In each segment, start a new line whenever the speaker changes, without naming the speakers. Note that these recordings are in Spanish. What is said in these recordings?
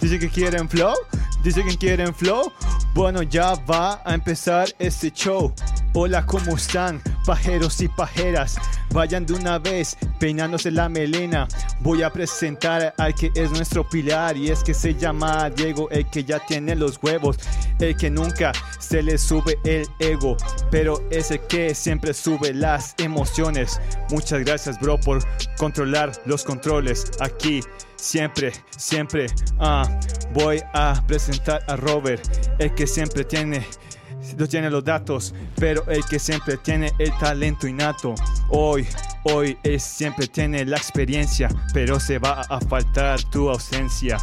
Dice que quieren flow, dice que quieren flow. Bueno, ya va a empezar este show. Hola, ¿cómo están? Pajeros y pajeras, vayan de una vez peinándose la melena. Voy a presentar al que es nuestro pilar y es que se llama Diego, el que ya tiene los huevos, el que nunca se le sube el ego, pero es el que siempre sube las emociones. Muchas gracias, bro, por controlar los controles aquí siempre, siempre. ah, voy a presentar a Robert, el que siempre tiene, no tiene los datos, pero el que siempre tiene el talento innato. Hoy, hoy él siempre tiene la experiencia, pero se va a faltar tu ausencia.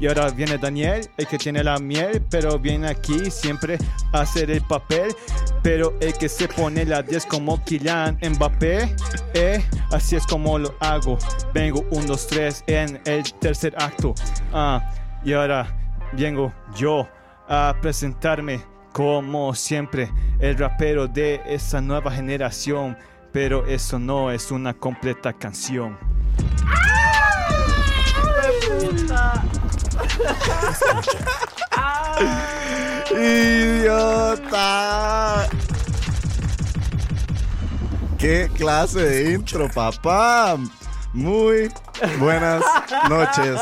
Y ahora viene Daniel, el que tiene la miel, pero viene aquí siempre a hacer el papel. Pero el que se pone la 10 como Kylian Mbappé, eh, así es como lo hago. Vengo 1, 2, 3 en el tercer acto. Ah, y ahora vengo yo a presentarme como siempre, el rapero de esa nueva generación. Pero eso no es una completa canción.
¡Idiota! ¡Qué clase de intro, papá! Muy buenas noches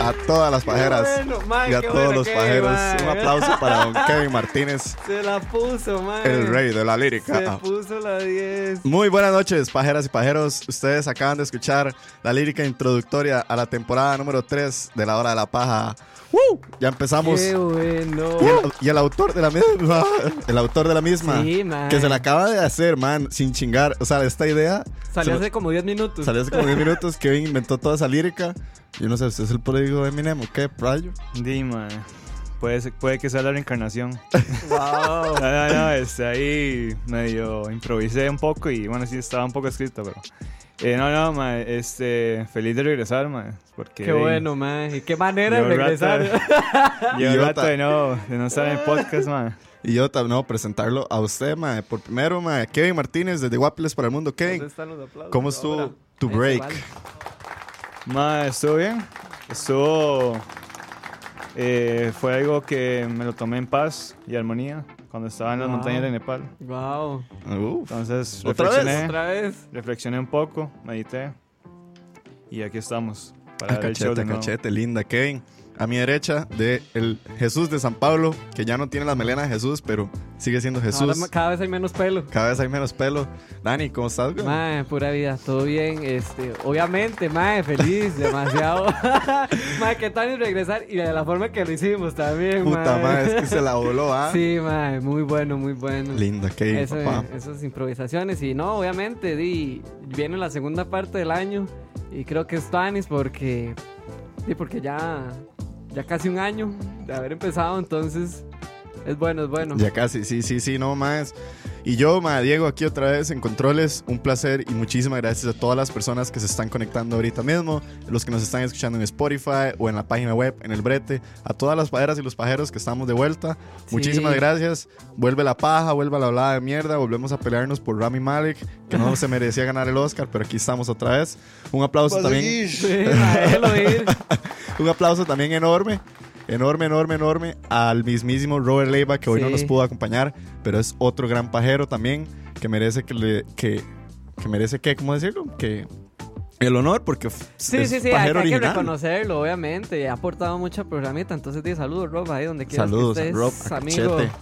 a todas las pajeras
bueno, man,
y a
qué
todos
bueno,
los
qué
pajeros.
man.
Un aplauso para don Kevin Martínez,
Se la puso, man.
el rey de la
Se
lírica.
puso la 10.
Muy buenas noches, pajeras y pajeros. Ustedes acaban de escuchar la lírica introductoria a la temporada número 3 de La Hora de la Paja. ¡Woo! Ya empezamos.
Qué bueno.
Y el, y el autor de la misma, el autor de la misma,
Sí, man.
que se la acaba de hacer, man, sin chingar. O sea, esta idea
Salió
se lo-
hace como 10 minutos.
salió hace como 10 minutos. Kevin inventó toda esa lírica. Yo no sé, ¿usted es el pródigo de Eminem o qué, rayo?
Dima, puede, ser- puede que sea la reencarnación.
Wow.
No, no, no, este, ahí medio improvisé un poco y bueno, sí estaba un poco escrito, pero. eh, no, no, ma, este, feliz de regresar, ma, porque.
Qué
eh,
bueno, man. Y qué manera de
Llevo rato-
eh.
regresar.
Llevo
Idiota.
rato de no, de no estar en el podcast, ma.
Y yo, tam- no, presentarlo a usted, man. Por primero, man, Kevin Martínez, desde Guapiles para el Mundo.
¿Dónde
Kevin,
están los aplausos
¿cómo estuvo
ahora?
tu
Ahí se
break?
vale.
Ma, estuvo bien. Estuvo. eh, fue algo que me lo tomé en paz y armonía cuando estaba en las
Wow.
montañas de Nepal.
Wow.
Uf.
Entonces,
¿Otra vez?
reflexioné.
Otra vez.
Reflexioné un poco, medité. Y aquí estamos. Para
A
dar el show
Ah, cachete,
de
a
nuevo.
cachete, linda, Kevin. A mi derecha, de el Jesús de San Pablo, que ya no tiene la melena de Jesús, pero sigue siendo
Ahora
Jesús.
ma- cada vez hay menos pelo.
Cada vez hay menos pelo. Dani, ¿cómo estás? güey?
Mae, pura vida, todo bien. Este, obviamente, mae, feliz, demasiado. mae, qué tal y regresar y de la forma que lo hicimos también,
Puta
mae.
madre, es que se la voló, ¿ah?
Sí, mae, muy bueno, muy bueno.
Linda, Kevin,
Eso-
papá.
esas improvisaciones y no, obviamente, di, viene la segunda parte del año y creo que es Tanis porque di, porque ya ya casi un año de haber empezado, entonces es bueno, es bueno.
Ya casi, sí, sí, sí, no más. Y yo, ma, Diego, aquí otra vez en Controles, un placer y muchísimas gracias a todas las personas que se están conectando ahorita mismo, los que nos están escuchando en Spotify o en la página web, en el brete, a todas las pajeras y los pajeros que estamos de vuelta.
Sí.
Muchísimas gracias. Vuelve la paja, vuelve la hablada de mierda, volvemos a pelearnos por Rami Malek, que no se merecía ganar el Oscar, pero aquí estamos otra vez. Un aplauso
Pues
Pues
también.
Sí, mae, déjelo ir.
Un aplauso también enorme, enorme, enorme, enorme al mismísimo Robert Leiva que hoy no
Sí.
nos pudo acompañar, pero es otro gran pajero también que merece que le que, que merece que cómo decirlo que el honor porque f-
Sí,
es
sí, sí, hay,
pajero
hay que
original.
reconocerlo, obviamente. Ha aportado mucho al programita, entonces di saludos, Rob, ahí donde quieras. que
Saludos,
estés,
Rob, a
amigo.
cachete.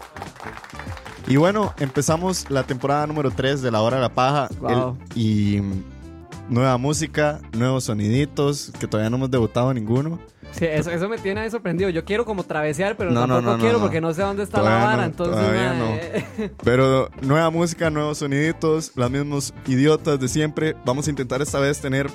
Y bueno, empezamos la temporada número 3 de La Hora de la Paja.
Wow.
El- y mm, nueva música, nuevos soniditos, que todavía no hemos debutado ninguno.
Sí, eso, eso me tiene ahí sorprendido. Yo quiero como travesear, pero
No, no,
tampoco
no, no,
quiero
no.
porque no sé dónde está
Todavía
la vara,
no,
entonces
todavía
mae,
Pero nueva música, nuevos soniditos, los mismos idiotas de siempre. Vamos a intentar esta vez tener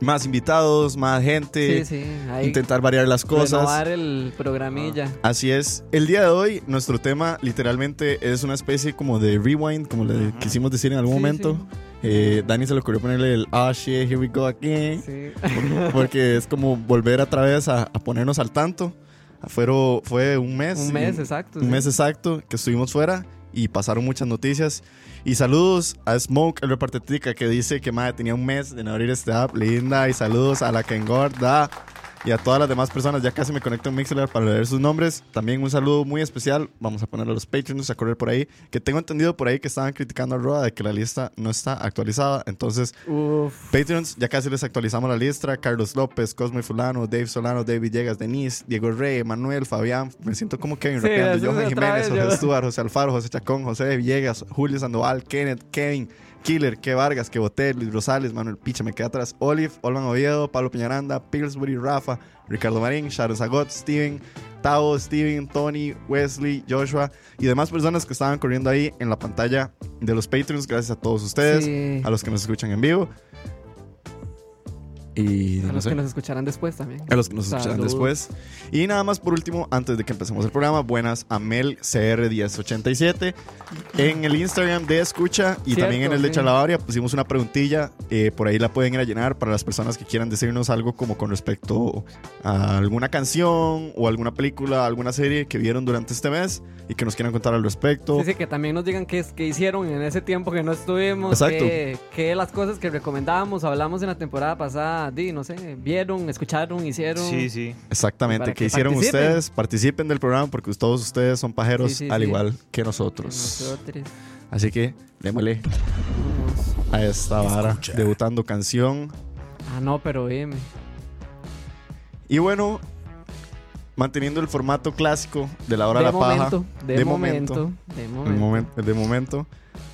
más invitados, más gente,
Sí, sí, ahí
intentar variar las cosas. Ah.
renovar el programilla.
Así es. El día de hoy, nuestro tema literalmente es una especie como de rewind, como le quisimos decir en algún
Sí,
momento. Eh, Dani se le ocurrió ponerle el ah, shit, here we go again.
Sí.
Porque es como volver otra vez a, a ponernos al tanto. Fuero- fue un mes.
Un
y-
mes, exacto.
un
sí.
mes exacto que estuvimos fuera y pasaron muchas noticias. Y saludos a Smoke, el repartetica, que dice que madre tenía un mes de no abrir este app. Linda, y saludos a la que engorda. Y a todas las demás personas, ya casi me conecto en Mixler para leer sus nombres. También un saludo muy especial. Vamos a poner a los Patreons a correr por ahí. Que tengo entendido por ahí que estaban criticando a Roa de que la lista no está actualizada. Entonces,
Uf.
Patreons, ya casi les actualizamos la lista. Carlos López, Cosme Fulano, Dave Solano, David Villegas, Denise, Diego Rey, Manuel, Fabián. Me siento como Kevin
Sí,
rapeando.
así
Johan
es otra
Jiménez,
vez,
José
yo.
Stuart, José Alfaro, José Chacón, José de Villegas, Julio Sandoval, Kenneth, Kevin, Killer, Que Vargas, Que Botel, Luis Rosales, Manuel Picha, me queda atrás, Olive, Olman Oviedo, Pablo Peñaranda, Pillsbury, Rafa, Ricardo Marín, Sharon Zagot, Steven, Tao, Steven, Tony, Wesley, Joshua y demás personas que estaban corriendo ahí en la pantalla de los Patreons. Gracias a todos ustedes,
Sí.
a los que nos escuchan en vivo. Y
A
no
los
sé,
que nos escucharán después también.
a los que nos escucharán
Salud.
después. Y nada más por último, antes de que empecemos el programa, buenas a Mel CR1087 en el Instagram de Escucha y
Cierto,
también en el de
sí.
Chalabaria. Pusimos una preguntilla, eh, por ahí la pueden ir a llenar para las personas que quieran decirnos algo como con respecto a alguna canción o alguna película, alguna serie que vieron durante este mes y que nos quieran contar al respecto.
Sí, sí, que también nos digan qué, es- qué hicieron en ese tiempo que no estuvimos.
Exacto.
Qué, qué las cosas que recomendábamos, hablamos en la temporada pasada. Di, no sé, vieron, escucharon, hicieron.
Sí, sí.
Exactamente,
Para
que
que
hicieron
participen.
ustedes? Participen del programa porque todos ustedes son pajeros
Sí, sí,
al
sí.
igual que nosotros.
Nosotros.
Así que démosle a esta vara
Escucha.
debutando canción.
Ah, no, pero dime.
Y bueno, manteniendo el formato clásico de la hora de,
de
la
momento,
paja.
de, momento, de
de
momento.
momento. De momento.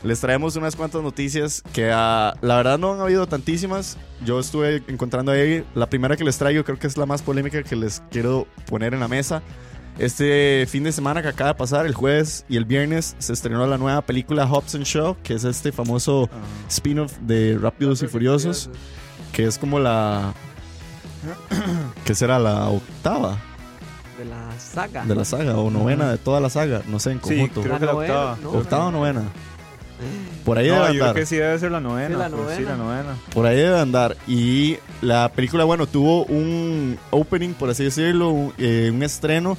Les traemos unas cuantas noticias que ah, la verdad no han habido tantísimas. Yo estuve encontrando ahí. La primera que les traigo creo que es la más polémica que les quiero poner en la mesa. Este fin de semana que acaba de pasar, el jueves y el viernes, se estrenó la nueva película Hobson Show, que es este famoso spin-off de Rápidos y Furiosos, que es como la... que será la octava
De la saga.
de la saga o novena de toda la saga, no sé, en
Sí,
conjunto.
Creo que la octava.
Octava o novena. Por ahí
No,
debe
yo creo
andar.
que sí debe ser la novena.
Sí, la
pues, Sí,
novena.
la novena.
Por ahí debe andar. Y la película, bueno, tuvo un opening, por así decirlo, un, eh, un estreno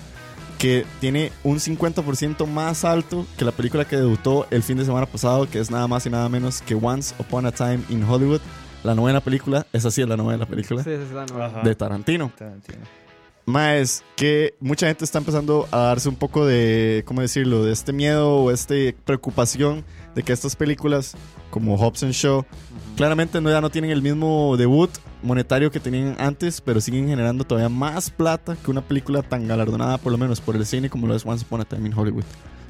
que tiene un 50% más alto que la película que debutó el fin de semana pasado, que es nada más y nada menos que Once Upon a Time in Hollywood. La novena película, esa sí es la novena película,
Sí, sí, es la novena.
Ajá.
de Tarantino.
Tarantino.
Más que mucha gente está empezando a darse un poco de, ¿cómo decirlo?, de este miedo o esta preocupación de que estas películas como Hobson Show claramente no, ya no tienen el mismo debut monetario que tenían antes, pero siguen generando todavía más plata que una película tan galardonada, por lo menos por el cine, como lo es Once Upon a Time in Hollywood.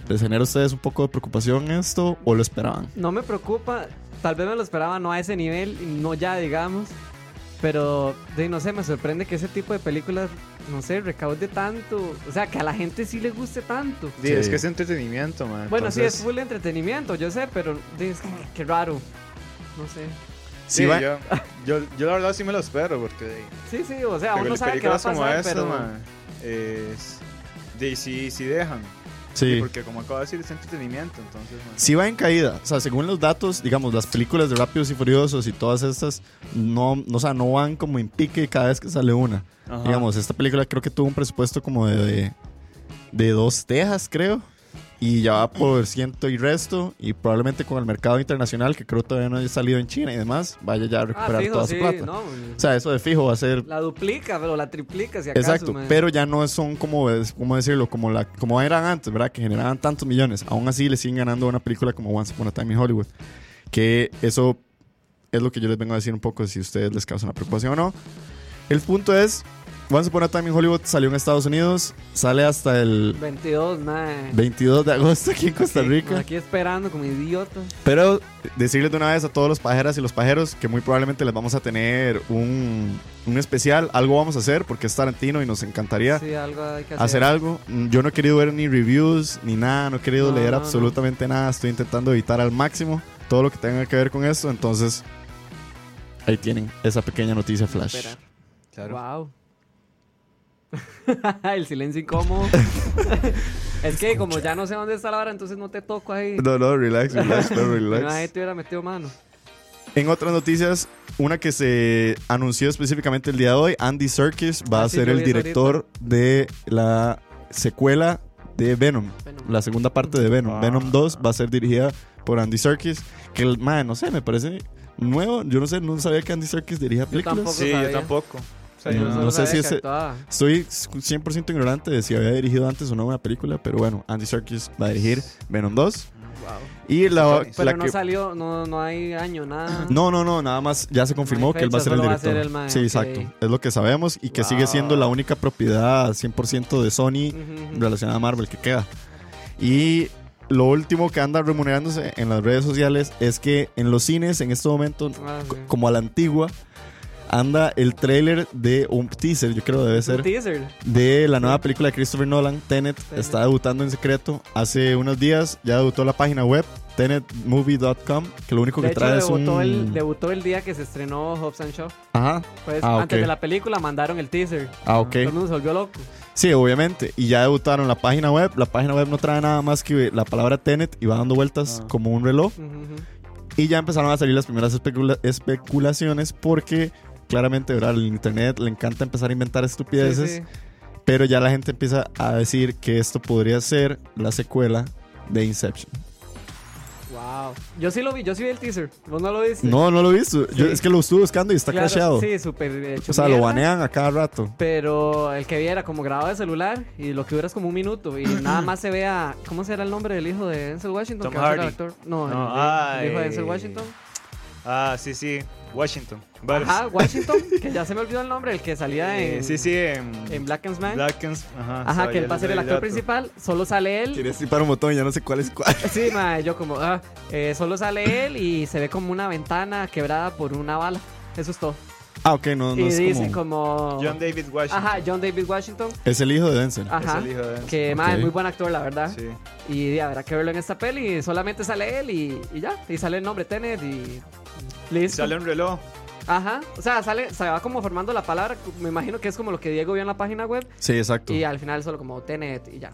¿Les genera a ustedes un poco de preocupación esto o lo esperaban?
No me preocupa, tal vez me lo esperaba no a ese nivel, no ya digamos, pero de, no sé, me sorprende que ese tipo de películas, no sé, recaude tanto, o sea, que a la gente sí le guste tanto.
Sí,
Sí.
es que es entretenimiento, man.
Bueno, sí, es
Entonces,
full entretenimiento, yo sé, pero de, es que, qué raro, no sé.
Sí,
va-
yo, yo, yo la verdad sí me lo espero porque...
Sí, sí, o sea,
Pero
uno
las
sabe que va a
películas
pasar,
como estas,
pero... Ah,
man, es- de- sí, sí dejan.
sí.
Sí, Porque como acabo de decir, es entretenimiento, entonces, man.
Sí va en caída. O sea, según los datos, digamos, las películas de Rápidos y Furiosos y todas estas, no, no, o sea, no van como en pique cada vez que sale una.
Ajá.
Digamos, esta película creo que tuvo un presupuesto como de, de, de dos tejas, creo. Y ya va por ciento y resto. Y probablemente con el mercado internacional, que creo todavía no ha salido en China y demás, vaya ya a recuperar
Ah, fijo,
toda
sí,
su plata.
no,
O sea, eso de fijo va a ser
la duplica, pero la triplica, si acaso,
Exacto,
man.
pero ya no son como, es- ¿cómo decirlo? Como, la, como eran antes, ¿verdad? Que generaban tantos millones. Aún así le siguen ganando a una película como Once Upon a Time in Hollywood. Que eso es lo que yo les vengo a decir un poco, si a ustedes les causa una preocupación o no. El punto es, Once Upon a Time in Hollywood salió en Estados Unidos, sale hasta el
22, mae.
22 de agosto aquí en Costa
Sí,
Rica.
Aquí esperando como idiota.
Pero decirles de una vez a todos los pajeras y los pajeros que muy probablemente les vamos a tener un, un especial, algo vamos a hacer porque es Tarantino y nos encantaría
Sí, algo hay que
hacer algo. Mm, Yo no he querido ver ni reviews ni nada, no he querido
No,
leer
no, no.
absolutamente nada. Estoy intentando evitar al máximo todo lo que tenga que ver con esto. Entonces, ahí tienen esa pequeña noticia flash.
Esperar.
Claro.
Wow. el silencio incómodo. es que como ya no sé dónde está la vara, entonces no te toco ahí.
No, no, relax, relax, no,
Si no, ahí
relax.
te hubiera metido mano.
En otras noticias, una que se anunció específicamente el día de hoy, Andy Serkis va
Ah,
a
sí,
ser
yo
el
vi eso
director de la secuela de Venom.
Bueno,
La segunda parte de Venom.
Ah.
Venom 2 va a ser dirigida por Andy Serkis. Que, el- madre, no sé, me parece nuevo. Yo no sé, no sabía que Andy Serkis dirigía películas.
tampoco.
Sí,
sabía.
yo tampoco. O sea,
No,
yo
yo
no-
solo
no sé
sabía
si
que
ese-
actuaba.
Estoy 100% ignorante de si había dirigido antes o no una película. Pero bueno, Andy Serkis va a dirigir Venom 2.
Wow.
Y la,
Pero
la
Pero no
que-
salió, no, no hay año, nada.
No, no, no, nada más ya se confirmó
hay
que él va a
fecha,
ser el
solo va a
director.
ser el mae,
sí,
ok.
exacto. Es lo que sabemos y que sigue siendo
Wow.
la única propiedad 100% de Sony
Ujú, ujú.
relacionada a Marvel que queda. Y lo último que anda remunerándose en las redes sociales es que en los cines en este momento,
Ah, sí.
c- como a la antigua, anda el tráiler de un teaser, yo creo debe
Un
ser,
teaser.
de la nueva película de Christopher Nolan, Tenet.
Tenet.
Está debutando en secreto hace unos días, ya debutó la página web tenetmovie.com, que lo único
De
que
hecho,
trae es
debutó,
un...
el, debutó el día que se estrenó Hobbs and Shaw.
Ajá,
Pues
Ah,
antes
ok.
de la película mandaron el teaser.
ah, ok.
Todo el mundo se volvió loco.
Sí, obviamente. Y ya debutaron la página web. La página web no trae nada más que la palabra Tenet y va dando vueltas
Ah.
como un reloj.
Ujú, ujú.
Y ya empezaron a salir las primeras especula- especulaciones porque claramente, ¿verdad? El internet le encanta empezar a inventar estupideces.
Sí, sí.
Pero ya la gente empieza a decir que esto podría ser la secuela de Inception.
Wow. Yo sí lo vi, yo sí vi el teaser. ¿Vos no lo viste?
No, no lo he visto. Yo-
Sí.
es que lo estuve buscando y está
Claro,
crasheado.
Sí, súper eh, hecho
o sea, lo
mierda,
banean a cada rato.
Pero el que viera como grabado de celular y lo que dura es como un minuto y nada más se vea. ¿Cómo será el nombre del hijo de Denzel Washington?
Tom
que va a ser el
Hardy.
actor? No,
No,
el- el,
ay.
hijo de Denzel Washington.
Ah, sí, sí. Washington. Butters.
Ajá, Ah, Washington, que ya se me olvidó el nombre, el que salía
Eh,
en,
sí, sí, en,
en Black and Man.
Blackens. Ajá,
Ajá,
estaba
que él
ya
va a ser el
leyendo
actor
dato.
principal, solo sale él.
Quieres para un botón, ya no sé cuál es cuál.
Sí, mae, yo como, ah, eh, solo sale él y se ve como una ventana quebrada por una bala. Eso es todo.
Ah, ok, no, no
y
es
dice
como-
como...
John David Washington.
Ajá, John David Washington.
Es el hijo de Denzel.
Ajá.
Es el hijo de él.
Que,
Ok.
mae, es muy buen actor, la verdad.
Sí.
Y ya, habrá que verlo en esta peli. Solamente sale él y, y ya. Y sale el nombre Tenet y.
Y
Listo.
Sale un reloj.
Ajá. O sea, sale, se va como formando la palabra. Me imagino que es como lo que Diego vio en la página web.
Sí, exacto.
Y al final solo como Tenet y ya.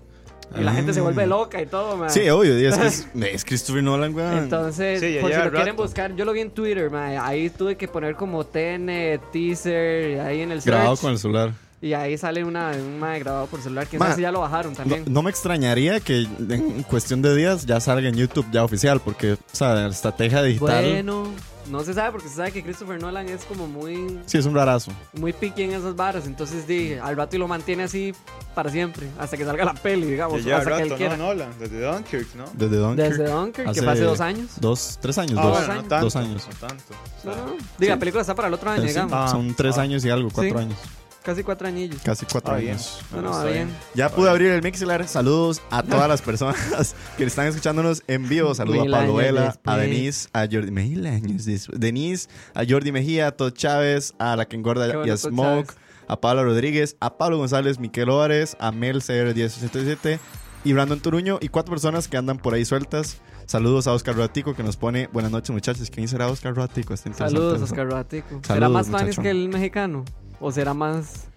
Y la
Ah.
gente se vuelve loca y todo, man.
Sí, obvio, y es que es, es Christopher Nolan, weón.
Entonces,
Sí, ya
por si
lleva
lo quieren
rato.
buscar, yo lo vi en Twitter, mae. Ahí tuve que poner como Tenet, teaser, ahí en el
Grabado
search.
con el celular.
Y ahí sale una, un mae grabado por celular. Que
Ma,
si ya lo bajaron
No,
también.
no me extrañaría que en cuestión de días ya salga en YouTube ya oficial, porque, o sea, la estrategia digital
Bueno, no se sabe porque se sabe que Christopher Nolan es como muy
sí es un rarazo.
muy piqui en esas barras, entonces di, al rato y lo mantiene así para siempre, hasta que salga la peli, digamos,
Que
hasta
lleva
que él
rato,
quiera.
¿no? Nolan, desde Dunkirk, ¿no?
Desde Dunkirk.
Desde Dunker, que
Hace-
fue hace dos años.
Dos, tres años,
Ah,
dos.
bueno, no
años.
tanto,
Dos años.
No tanto. O sea,
No, no, no. Diga, la película está para el otro año,
Sí,
digamos,
Ah,
son tres
ah.
años y algo, cuatro
Sí.
años.
casi cuatro anillos.
Casi cuatro
Ah, bien.
años.
No, no,
está
va bien.
Ya pude abrir el Mixler. Saludos a todas las personas que están escuchándonos en vivo. Saludos a
Mil
Pablo
años
Vela, a
después.
Denise, a Jordi Mil años después. Denise, a Jordi Mejía, a Todd Chávez, a la que engorda
Qué
y
bueno,
a
Todd
Smoke,
Chávez.
a Pablo Rodríguez, a Pablo González, Miquel Órez, a Mel CR1087 y Brandon Turuño y cuatro personas que andan por ahí sueltas. Saludos a Oscar Roatico que nos pone buenas noches muchachos. ¿Quién será Oscar Roatico? Está interesante
Saludos,
eso.
Oscar Roatico. ¿Será más fanes
muchachón.
que el mexicano? ¿O será más...?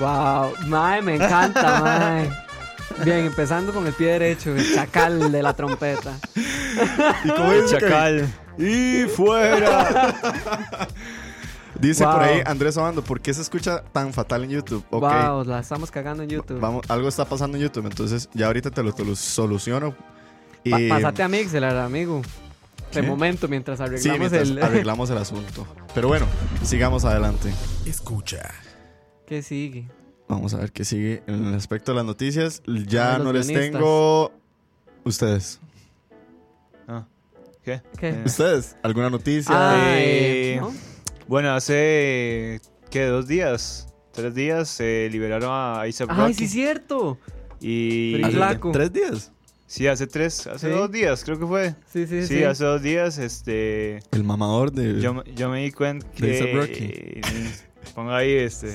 wow, mae, me encanta, mae. Bien, empezando con el pie derecho, el chacal de la trompeta.
¿Y cómo dice que-
Chacal.
¡Y fuera! Dice
Wow.
por ahí Andrés Obando, ¿por qué se escucha tan fatal en YouTube? Ok.
Wow, la estamos cagando en YouTube.
Vamos, algo está pasando en YouTube, entonces ya ahorita te lo, te lo soluciono. Y,
Eh,
Pa- Pásate a Mixelar, amigo. De
¿Qué?
momento, mientras
sí,
arreglamos
mientras
el.
arreglamos el asunto. Pero bueno, sigamos adelante.
Escucha.
¿Qué sigue?
Vamos a ver qué sigue en el aspecto de las noticias. Ya
Ah, los
no les
guionistas.
tengo. Ustedes.
Ah, ¿Qué?
¿Qué?
Eh,
¿Ustedes? ¿Alguna noticia?
Ah,
eh,
eh, ¿no?
Bueno, hace. ¿Qué? Dos días. Tres días se liberaron a Isaac
Ay,
Rocky.
sí, es cierto.
Y.
Pero
¿Hace
flaco.
¿Tres días?
Sí, hace tres. Hace
Sí.
dos días, creo que fue.
Sí,
Sí,
sí, sí.
hace dos días, este.
El mamador de.
Yo, me- yo me di cuenta
De Isaac
que. Ponga ahí este.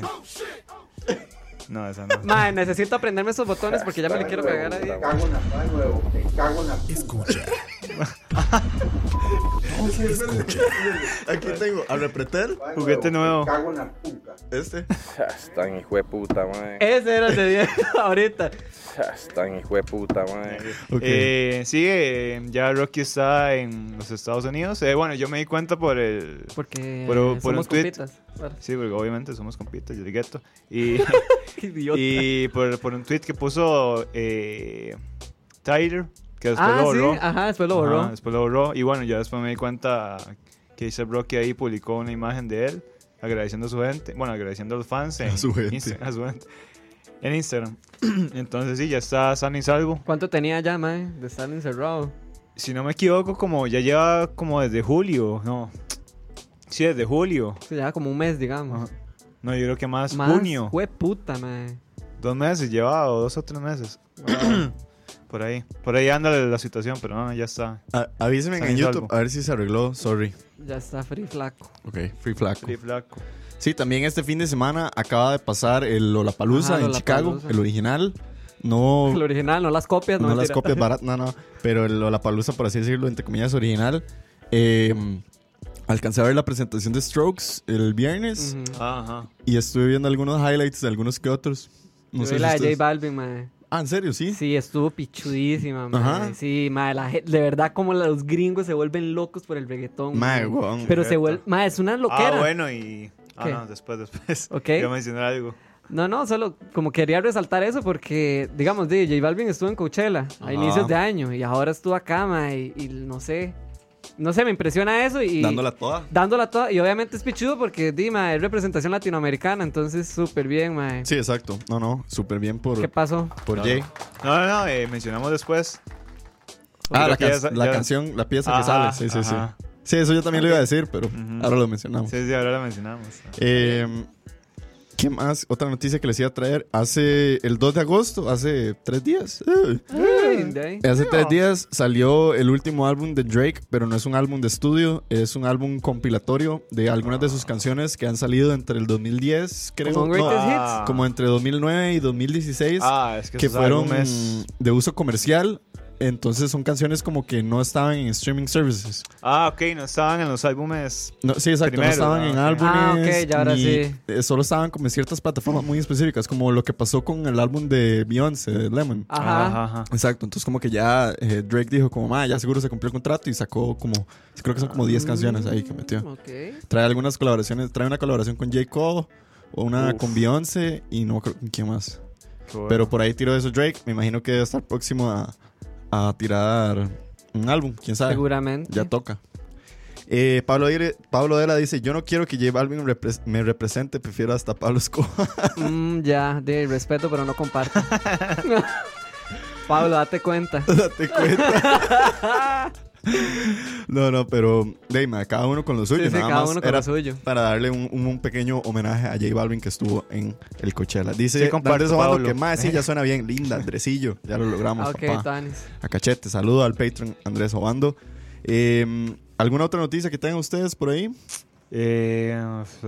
No, esa no.
Mae, necesito aprenderme esos botones porque ya me le quiero cagar a Diego.
Escucha. Escucha.
Aquí tengo a Repretel.
Juguete nuevo.
Este.
Están hijo de puta, man.
Ese era el de Diego ahorita.
Están hijo de puta, man.
Ok.
Eh, sí, eh, ya Rocky está en los Estados Unidos. Eh, bueno, yo me di cuenta por el.
Porque
Pero-
eh,
por
somos
un tweet.
compitas. Ahora,
Sí, porque obviamente somos compitas del gueto. Y,
Qué idiota.
y por, por un tweet que puso eh, Tyler, que después
ah,
lo borró.
sí. Ajá, después lo borró.
Ajá, después lo borró. Y bueno, ya después me di cuenta que Isaac Rocky ahí publicó una imagen de él agradeciendo a su gente. Bueno, agradeciendo a los fans en,
A su gente.
Insta- a su gente. en Instagram. Entonces sí, ya está sano y salvo.
¿Cuánto tenía ya, mae, de estar encerrado?
Si no me equivoco, como ya lleva como desde julio, no. Sí, desde julio.
Se lleva como un mes, digamos.
Ajá. No, yo creo que más,
Más.
junio.
Fue puta, mae.
Dos meses llevaba, o dos o tres meses. Por ahí. Por ahí anda la situación, pero no, ya está.
A- avísenme en
Saliendo
YouTube
algo.
a ver si se arregló. Sorry.
Ya está free flaco.
Ok, free flaco.
Free flaco.
Sí, también este fin de semana acaba de pasar el Lollapalooza
Ajá,
en Chicago,
Lollapalooza.
el original.
Oh.
No,
El original, no las copias, no,
no las
mentira.
copias baratas, no, no. Pero el Lollapalooza, por así decirlo, entre comillas, original. Eh, alcancé a ver la presentación de Strokes el viernes
Ujú.
Ajá.
y estuve viendo algunos highlights de algunos que otros. No
Yo
sé
vi
si
la de J
ustedes-
Balvin, mae.
Ah, ¿en serio? Sí.
Sí, estuvo pichudísima, mae.
Ajá.
Sí, mae, la gen- de verdad como los gringos se vuelven locos por el reggaetón.
Mae,
mae.
weón.
Pero se
Neta.
vuelve, mae, es una loquera.
Ah, bueno, y. Ah,
¿Qué?
no, después, después.
Ok.
Yo mencioné algo.
No, no, solo como quería resaltar eso porque, digamos, di, J Balvin estuvo en Coachella a
Ajá.
inicios de año y ahora estuvo acá, mae, y, y no sé, no sé, me impresiona eso y...
Dándola toda.
Dándola toda, y obviamente es pichudo porque, Dima, es representación latinoamericana, entonces súper bien, mae.
Sí, Ah. exacto. No, no, súper bien por,
¿Qué pasó?
por Jay.
No, no, no, eh, mencionamos después.
Ah,
Creo
la,
que ya
can-
sa-
la
ya- Ah,
canción, la pieza que
Ajá,
sale. Sí, sí,
ajá.
sí. Sí, eso yo también lo iba a decir, pero
Ujú.
ahora lo mencionamos.
Sí, sí, ahora la mencionamos.
Eh, ¿Qué más? Otra noticia que les iba a traer. Hace el 2 de agosto, hace tres días. eh,
Ay, de ahí.
Hace tres días salió el último álbum de Drake, pero no es un álbum de estudio, es un álbum compilatorio de algunas de sus
Ah.
canciones que han salido entre el 2010, creo.
Como
no,
Greatest
Ah.
como entre 2009 y 2016
Ah, es que,
que
esos
fueron
álbumes-
de uso comercial. Entonces son canciones como que no estaban en streaming services.
Ah, ok, no estaban en los álbumes.
No, sí, exacto.
Primero,
no estaban
ah,
en
ok.
álbumes.
Ah, ok, ya ahora
ni-
sí.
eh, Solo estaban como en ciertas plataformas muy específicas, como lo que pasó con el álbum de Beyoncé, de Lemon.
Ajá.
Ah, ajá.
Exacto, entonces como que ya eh, Drake dijo como, "Ma, ya seguro se cumplió el contrato y sacó como, creo que son como 10 canciones ahí que metió.
Mm, Ok.
Trae algunas colaboraciones, trae una colaboración con J. Cole, o una
Uf.
con Beyoncé y no creo con quién más.
Qué bueno.
Pero por ahí tiró eso Drake, me imagino que debe estar próximo a, a tirar un álbum, quién sabe.
Seguramente.
Ah, Ya toca. Eh, Pablo, Dire- Pablo Dela dice: Yo no quiero que J Balvin repres- me represente, prefiero hasta Pablo Escobar.
Mm, ya, de respeto, pero no comparto. Pablo, date cuenta.
Date cuenta. no, no, pero Deima, cada uno con lo suyo.
Sí, sí,
nada
cada
más
uno con
era
lo suyo.
Para darle un, un- un pequeño homenaje a J Balvin que estuvo en el Coachella. Dice
Sí,
sí,
comparto, Pablo.
que más sí, ya suena bien. Linda, Andresillo. Ya lo logramos,
Ah, ok,
papá.
Tanis.
A cachete, saludo al Patreon Andrés Obando. Eh, ¿Alguna otra noticia que tengan ustedes por ahí?
Eh, f-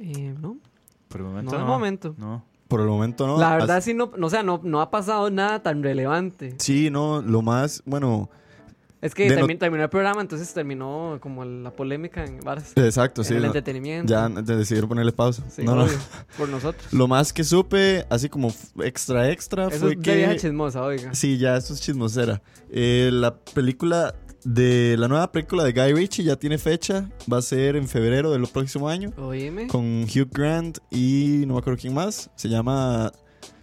Eh, no.
por el momento. No,
No, de momento.
No.
Por el momento no.
La
Hasta-
verdad, sí, no, no, o sea, no, no ha pasado nada tan relevante.
Sí, no, lo más, bueno,
Es que
De no-
también terminó el programa, entonces terminó como la polémica en varas.
exacto, sí.
en el
no,
entretenimiento.
ya de- decidieron ponerle pausa.
Sí,
no, no.
obvio, Por nosotros.
Lo más que supe, así como f- extra extra,
Eso
fue
es de vieja
que...
chismosa, oiga.
Sí, ya, esto es chismosera. Eh, la película de... La nueva película de Guy Ritchie ya tiene fecha, va a ser en febrero del próximo año,
Oíme.
con Hugh Grant y no me acuerdo quién más. Se llama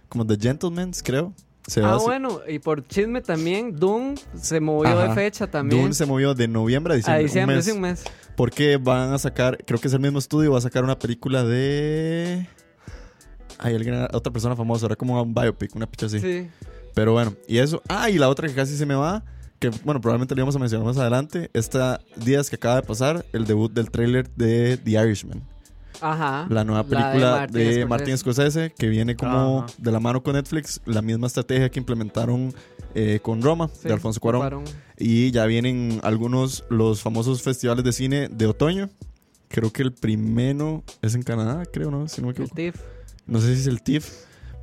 como The Gentleman's, creo. Se va a
Ah,
hacer-
bueno, y por chisme también, Doom se movió
Ajá.
de fecha también.
Dune se movió de noviembre a diciembre.
a
un
diciembre,
mes.
sí, un mes.
Porque van a sacar, creo que es el mismo estudio, va a sacar una película de. Hay alguien, otra persona famosa, era como un biopic, una picha así.
Sí.
Pero bueno, y eso. Ah, y la otra que casi se me va, que bueno, probablemente la íbamos a mencionar más adelante, está días que acaba de pasar, el debut del tráiler de The Irishman.
Ajá.
La nueva
de
película
Martin
de,
Scorsese.
Martin Scorsese, que viene como
Ajá.
de la mano con Netflix, la misma estrategia que implementaron eh, con Roma,
Sí,
de Alfonso Cuarón. Y ya vienen algunos los famosos festivales de cine de otoño. Creo que el primero es en Canadá, creo, ¿no? Si no me
El
equivoco.
TIFF.
No sé si es el TIFF.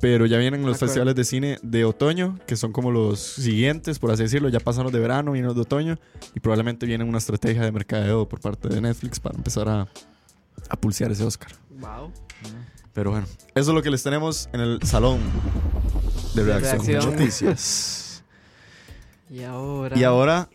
Pero ya vienen los
Acuerdo.
festivales de cine de otoño, que son como los siguientes, por así decirlo. Ya pasaron los de verano, vienen los de otoño. Y probablemente viene una estrategia de mercadeo por parte de Netflix para empezar a, a pulsear ese Oscar.
Wow.
Pero bueno, eso es lo que les tenemos en el salón de
De
redacción. de
redacción.
Noticias.
Y ahora.
Y ahora,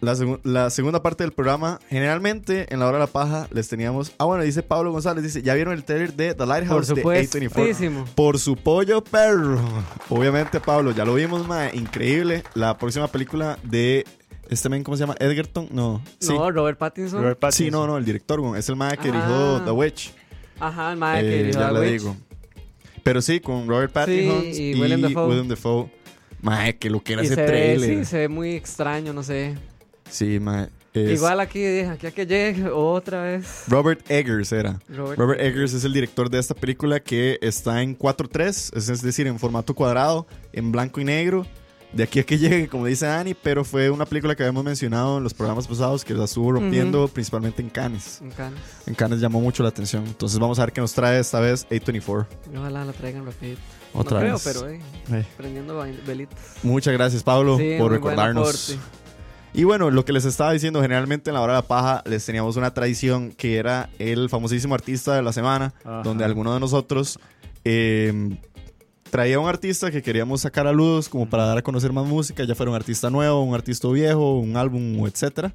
la, segu- la segunda parte del programa. Generalmente, en la hora de la paja, les teníamos. Ah, bueno, dice Pablo González: dice, ¿ya vieron el trailer de The
Por
Lighthouse de A24?
supuestísimo.
Por su pollo perro. Obviamente, Pablo, ya lo vimos, mae. Increíble. La próxima película de. Este men, ¿cómo se llama? Edgerton. No. Sí.
No, Robert Pattinson.
Robert Pattinson.
Sí, no, no, el director, güey. es el mae que
Ah.
dijo The Witch.
Ajá, el madre
Eh,
que dirigió
ya
The
le
Witch.
digo. Pero sí, con Robert Pattinson
y
y,
Willem Dafoe.
Willem Dafoe. Mae, que lo que era
Y
ese
se ve,
trailer.
sí, se ve muy extraño, no sé.
Sí, mae. Es
Igual aquí, eh, aquí a que llegue otra vez.
Robert Eggers era.
Robert-
Robert Eggers es el director de esta película que está en 4.3, es, es decir, en formato cuadrado, en blanco y negro. De aquí a que llegue, como dice Dani, pero fue una película que habíamos mencionado en los programas pasados que la estuvo rompiendo principalmente en Cannes.
En Cannes.
En Cannes llamó mucho la atención. Entonces vamos a ver qué nos trae esta vez A24.
Ojalá la traigan rapidito.
Otra
no
vez.
creo, pero eh,
Eh,
prendiendo bail- velitas.
Muchas gracias, Pablo,
Sí,
por
muy buen
recordarnos.
aporte.
Y bueno, lo que les estaba diciendo, generalmente en la hora de la paja les teníamos una tradición que era el famosísimo artista de la semana,
Ajá.
donde alguno de nosotros eh, traía un artista que queríamos sacar a luz como para dar a conocer más música, ya fuera un artista nuevo, un artista viejo, un álbum, etcétera.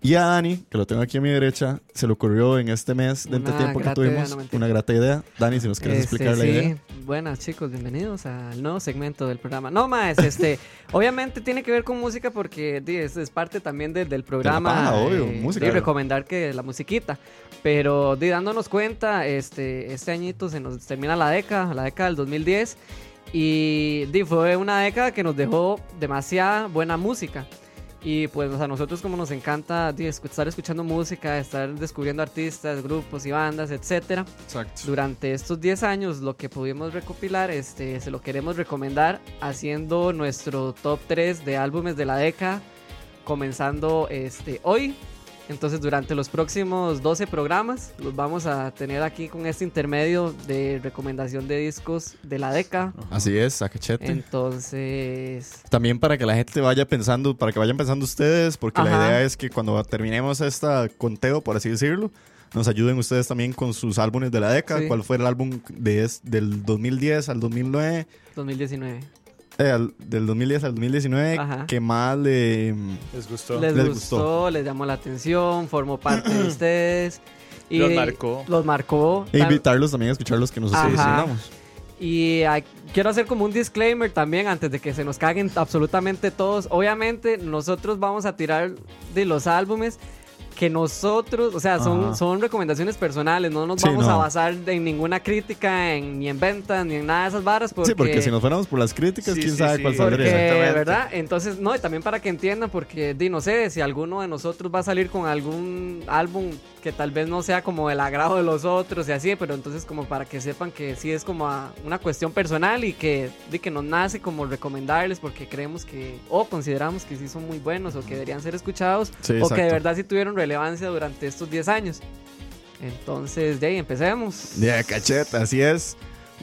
Y a Dani, que lo tengo aquí a mi derecha, se le ocurrió en este mes de
Una
entretiempo que
grata idea,
tuvimos
no mentira.
una grata idea. Dani, si nos quieres
Este,
explicar la
sí,
idea.
Buenas chicos, bienvenidos al nuevo segmento del programa. No más, este, obviamente tiene que ver con música porque di, es, es parte también de- del programa.
paja, obvio, música.
Y recomendar que la musiquita. Pero di, dándonos cuenta, este, este añito se nos termina la década, la década del 2010. Y di, fue una década que nos dejó demasiada buena música. Y pues a nosotros como nos encanta di, escu- estar escuchando música, estar descubriendo artistas, grupos y bandas, etcétera.
Exacto.
Durante estos 10 años lo que pudimos recopilar, este, se lo queremos recomendar haciendo nuestro top 3 de álbumes de la década, comenzando este, hoy. Entonces durante los próximos 12 programas los vamos a tener aquí con este intermedio de recomendación de discos de la década.
Así es, a cachete.
Entonces...
También para que la gente vaya pensando, para que vayan pensando ustedes, porque la
Ajá.
idea es que cuando terminemos este conteo, por así decirlo, nos ayuden ustedes también con sus álbumes de la década.
Sí.
¿Cuál fue el álbum de es- del 2010 al 2009?
2019.
eh, al- del 2010 al 2019,
Ajá.
que más le...
Les gustó.
Les,
Les
gustó, les llamó la atención, formó parte de ustedes. Y
Los marcó.
Los marcó.
E
Tal-
invitarlos también a escuchar los que nosotros
Ajá.
mencionamos.
Y ah, quiero hacer como un disclaimer también antes de que se nos caguen absolutamente todos. Obviamente nosotros vamos a tirar de los álbumes que nosotros, o sea, son,
Ajá.
son recomendaciones personales, no nos
Sí,
vamos a
no.
basar en ninguna crítica, en, ni en ventas, ni en nada de esas varas. Porque,
Sí, porque si nos fuéramos por las críticas,
Sí,
quién
sí,
sabe
sí.
cuál saldría.
porque,
Exactamente.
¿verdad? Entonces, no, y también para que entiendan, porque, di, no sé, si alguno de nosotros va a salir con algún álbum que tal vez no sea como el agrado de los otros y así, pero entonces como para que sepan que sí es como a- una cuestión personal y que, di, que nos nace como recomendarles porque creemos que, o consideramos que sí son muy buenos o que deberían ser escuchados
Sí,
o que de
exacto.
verdad sí tuvieron relevancia durante estos 10 años. Entonces, de ahí empecemos.
De cachete, así es.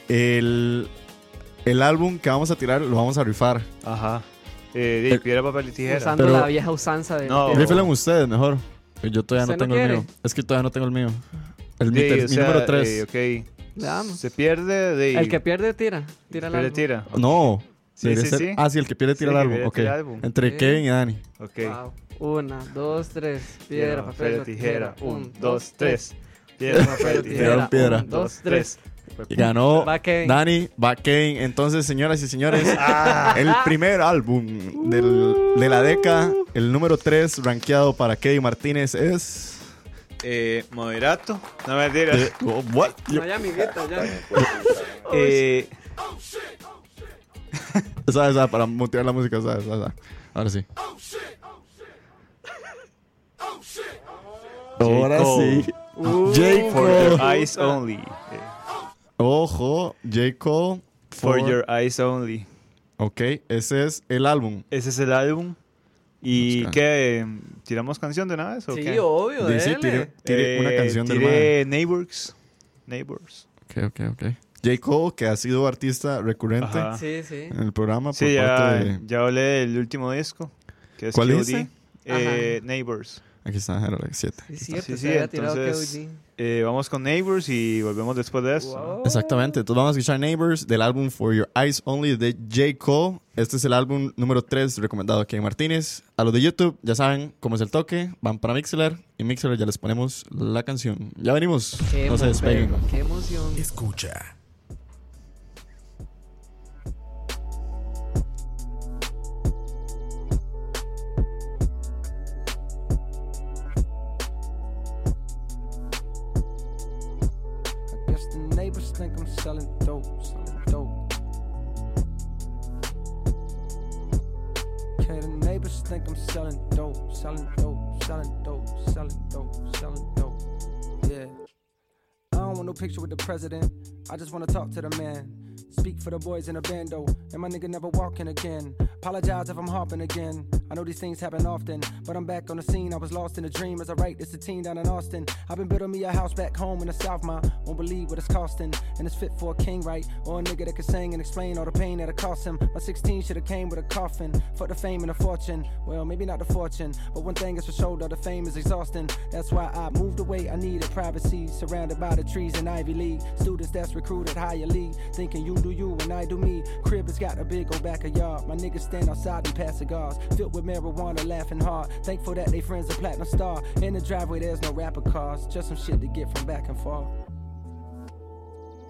El, el álbum que vamos a tirar lo vamos a rifar.
Ajá. Eh, de piedra, papel y tijera.
Usando
Pero-
la vieja usanza de...
No,
de-
Riff-
Riflen ustedes mejor. Yo todavía no
¿Usted no
tengo el
quiere?
mío. Es que todavía no tengo el mío. El mi,
Sí,
ter-
o
mi
sea,
número 3.
eh, ok.
Le damos.
Se pierde de.
El que pierde tira. Tira la.
pierde, tira.
No.
Sí,
debería
sí,
ser-
sí.
Ah, sí, el que pierde tira
Sí, el
el
que
álbum.
pierde
ok.
tira el álbum.
Entre
Sí.
Kevin y Dani.
Ok.
Ah.
Wow. Una, dos, tres. Piedra, papel, tijera. Un, dos, tres.
Piedra, papel,
Tiraron piedra.
Un, dos, tres.
Y ganó
Va Kevin.
Dani, va Kevin. Entonces, señoras y señores,
Ah.
el primer álbum del- de la década, el número 3, rankeado para Kevin Martínez es.
Eh, moderato. No me digas.
Eh, oh, what? Yo-
No, ya, amiguita,
Tan
ya.
hijueputa, mae.
Eh,
Esa, esa, para motivar la música, esa, esa, esa. Ahora sí.
Oh,
Ahora
Cole.
sí. J.
for
Cole.
your eyes only. Eh,
Ojo, J. Cole.
For your eyes only.
Ok, ese es el álbum.
Ese es el álbum. ¿Y
Busca.
qué? eh, ¿Tiramos canción de una vez o
Sí,
qué?
obvio,
Dice,
dele.
tire, tire una
Eh,
canción del mae.
tiré Neighbors. Neighbors.
Ok, ok, ok. J. Cole, que ha sido artista recurrente
Ajá.
Sí, sí.
en el programa por
Sí, ya,
parte de...
ya hablé del último disco. Que es
¿Cuál
KOD.
dice?
Eh, Neighbors.
Aquí está, era la 7.
Sí, cierto,
Sí,
se
sí,
había tirado
entonces-
KOD.
Eh, vamos con Neighbors y volvemos después de eso.
Wow.
Exactamente, entonces vamos a escuchar Neighbors del álbum For Your Eyes Only de J. Cole. Este es el álbum número 3 recomendado a Kevin Martínez. A los de YouTube ya saben cómo es el toque, van para Mixler y Mixler ya les ponemos la canción. Ya venimos,
Qué
no se
emo-
despeguen.
Qué emoción.
Escucha.
I guess the neighbors think I'm selling dope, selling dope. Okay, the neighbors neighbors think I'm selling dope, selling dope, selling dope, selling dope, selling dope. Yeah. I don't want no picture with the president. I just wanna talk to the man. Speak for the boys in the bando, and my nigga never walking again. Apologize if I'm harping again. I know these things happen often, but I'm back on the scene. I was lost in a dream as I write this a teen down in Austin. I've been building me a house back home in the South, my won't believe what it's costing. And it's fit for a king, right? Or a nigga that can sing and explain all the pain that it cost him. My 16 should have came with a coffin. For the fame and the fortune. Well, maybe not the fortune, but one thing is for sure though, the fame is exhausting. That's why I moved away. I needed privacy, surrounded by the trees in Ivy League. Students that's recruited higher league, thinking you do you and I do me. Crib has got a big old backyard. My niggas stand outside and pass cigars, filled with marijuana, laughing hard. Thankful that they friends a platinum star. In the driveway, there's no rapper cars, just some shit to get from back and forth.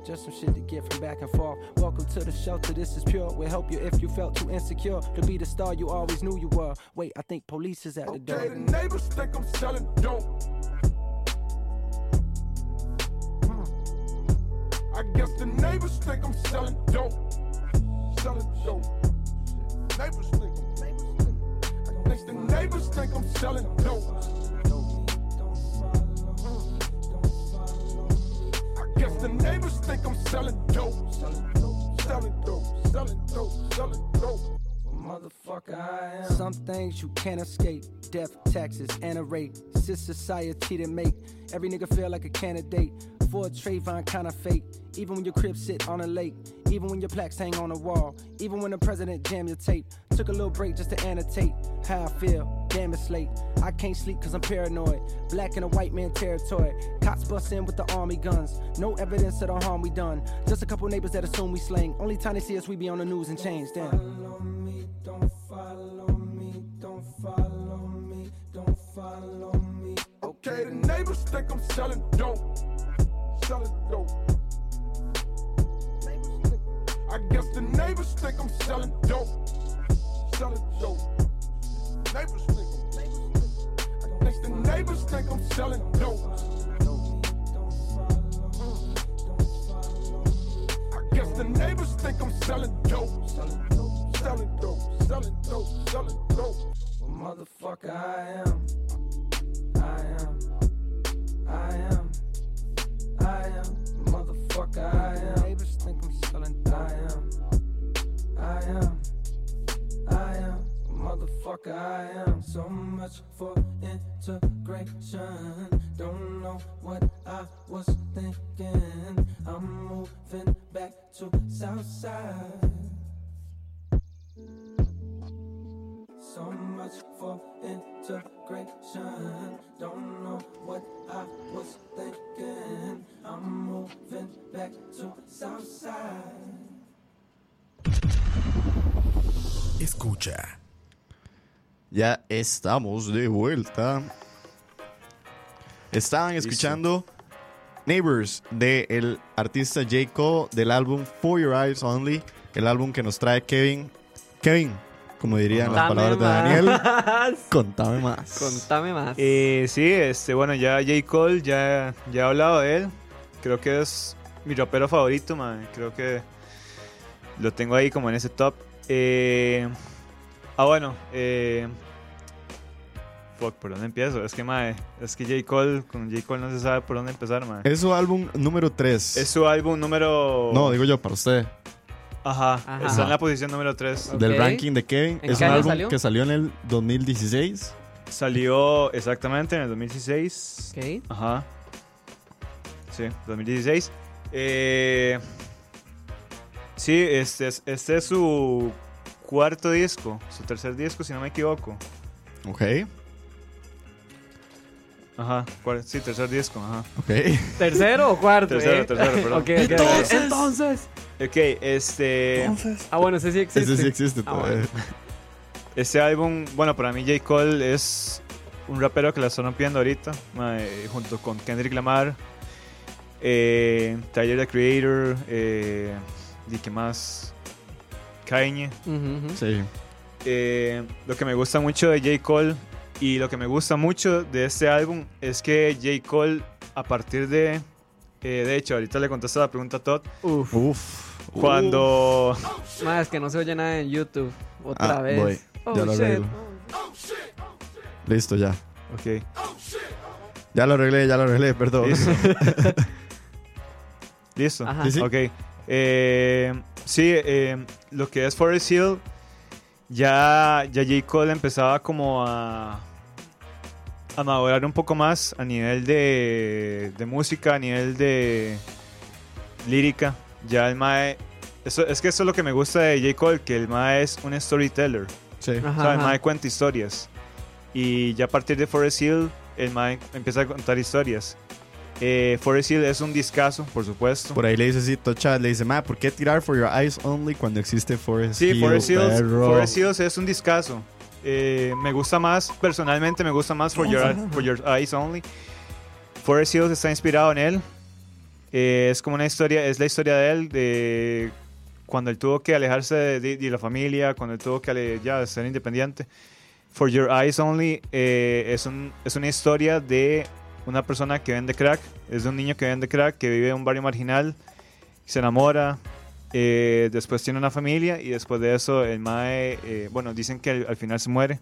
Just some shit to get from back and forth. Welcome to the shelter, this is pure. We'll help you if you felt too insecure to be the star you always knew you were. Wait, I think police is at the door.
Okay, the neighbors think I'm selling dope. Hmm. I guess the neighbors think I'm selling dope. Selling dope. Neighbors think I'm. Next, the neighbors think I'm selling dope. Hmm. I guess the neighbors think I'm selling dope. Selling dope. Selling dope. Selling dope.
Motherfucker, I am. Some things you can't escape. Death, taxes, and a rate. Sis society that make every nigga feel like a candidate for a Trayvon kind of fate. Even when your crib sit on a lake. Even when your plaques hang on a wall. Even when the president jam your tape. Took a little break just to annotate how I feel. Damn, it's late. I can't sleep cause I'm paranoid. Black in a white man territory. Cops bust in with the army guns. No evidence of the harm we done. Just a couple neighbors that assume we slang. Only time they see us, we be on the news and change. Damn.
follow me, don't follow me, don't follow me, don't follow me. Okay, the neighbors think I'm selling dope. Selling dope. I guess the neighbors think I'm selling dope. Selling dope. Neighbors think I'm. Next, the neighbors think I'm selling dope. I guess the neighbors think I'm selling dope. Selling dope. Selling dope. Selling dope. Selling dope.
Well, motherfucker, I am. I am. I am. I am. Motherfucker, I am. Neighbors think I'm selling. I am. I am. I am. Motherfucker, I am. So much for integration. Don't know what I was thinking. I'm moving back to Southside. So much for integration. Don't know what I was thinking. I'm moving back to Southside.
Escucha.
Ya estamos de vuelta. Estaban escuchando Neighbors del artista J. Cole del álbum For Your Eyes Only, el álbum que nos trae Kevin. Kevin, como dirían las palabras de Daniel,
más.
contame más.
Contame más.
Eh, sí, este, bueno, ya J. Cole, ya, ya he hablado de él. Creo que es mi rapero favorito, man. Creo que lo tengo ahí como en ese top. Eh, ah, bueno. Eh, fuck, ¿por dónde empiezo? Es que, mae, es que J. Cole, con J. Cole no se sabe por dónde empezar, man.
es su álbum número 3.
Es su álbum número...
No, digo yo, para usted.
Ajá,
Ajá.
está en la posición número 3.
Ok.
Del ranking de Kevin.
¿En
Es
qué
un
año
álbum
salió?
que salió en el 2016.
Salió exactamente en el 2016.
Ok.
Ajá. Sí, 2016. Eh, sí, este es, este es su cuarto disco, su tercer disco, si no me equivoco.
Ok,
Ajá, cuar- sí, tercer disco, ajá.
ok.
¿Tercero o cuarto?
Tercero,
eh?
tercero, perdón.
Ok, ok, ok.
Entonces.
Entonces.
Ok, este,
Ah, bueno, ese sí existe.
Ese sí existe
Ah,
todavía.
bueno.
este álbum, bueno, para mí J. Cole es un rapero que la está rompiendo ahorita, mae, junto con Kendrick Lamar, eh, Tyler, the Creator, eh, ¿y qué más? Kanye.
Ujú, ujú.
Sí.
Eh, lo que me gusta mucho de J. Cole y lo que me gusta mucho de este álbum es que J. Cole, a partir de. eh, de hecho, ahorita le contesto la pregunta a Todd.
Uf.
Uf.
Cuando.
Más que no se oye nada en YouTube. Otra
Ah,
vez.
voy. Ya
Oh,
lo
shit.
arreglo.
Oh,
Listo, ya.
Ok.
Ya lo arreglé, ya lo arreglé, perdón.
Listo. Listo.
Ajá.
Sí, sí.
Ok. Eh, sí, eh, lo que es Forest Hill, ya, ya J. Cole empezaba como a, a madurar un poco más a nivel de, de música, a nivel de lírica. Ya el Mae. eso- es que eso es lo que me gusta de J. Cole, que el Mae es un storyteller.
Sí.
O sea,
Ajá,
el
ajá.
Mae cuenta historias. Y ya a partir de Forest Hill, el Mae empieza a contar historias. Eh, Forest Hill es un discazo, por supuesto.
Por ahí le dice Cito Chat, le dice, ma, ¿por qué tirar For Your Eyes Only cuando existe Forest
Sí,
Hill,
Forest Hills,
perro?"
Forest Hills es un discazo. Eh, me gusta más, personalmente me gusta más For Your, For Your Eyes Only. Forest Hills está inspirado en él. Eh, es como una historia, es la historia de él, de cuando él tuvo que alejarse de, de- de la familia, cuando él tuvo que ale- ya ser independiente. For Your Eyes Only eh, es, un- es una historia de una persona que vende crack, es de un niño que vende crack, que vive en un barrio marginal, se enamora, eh, después tiene una familia y después de eso el Mae, eh, bueno, dicen que al, al final se muere.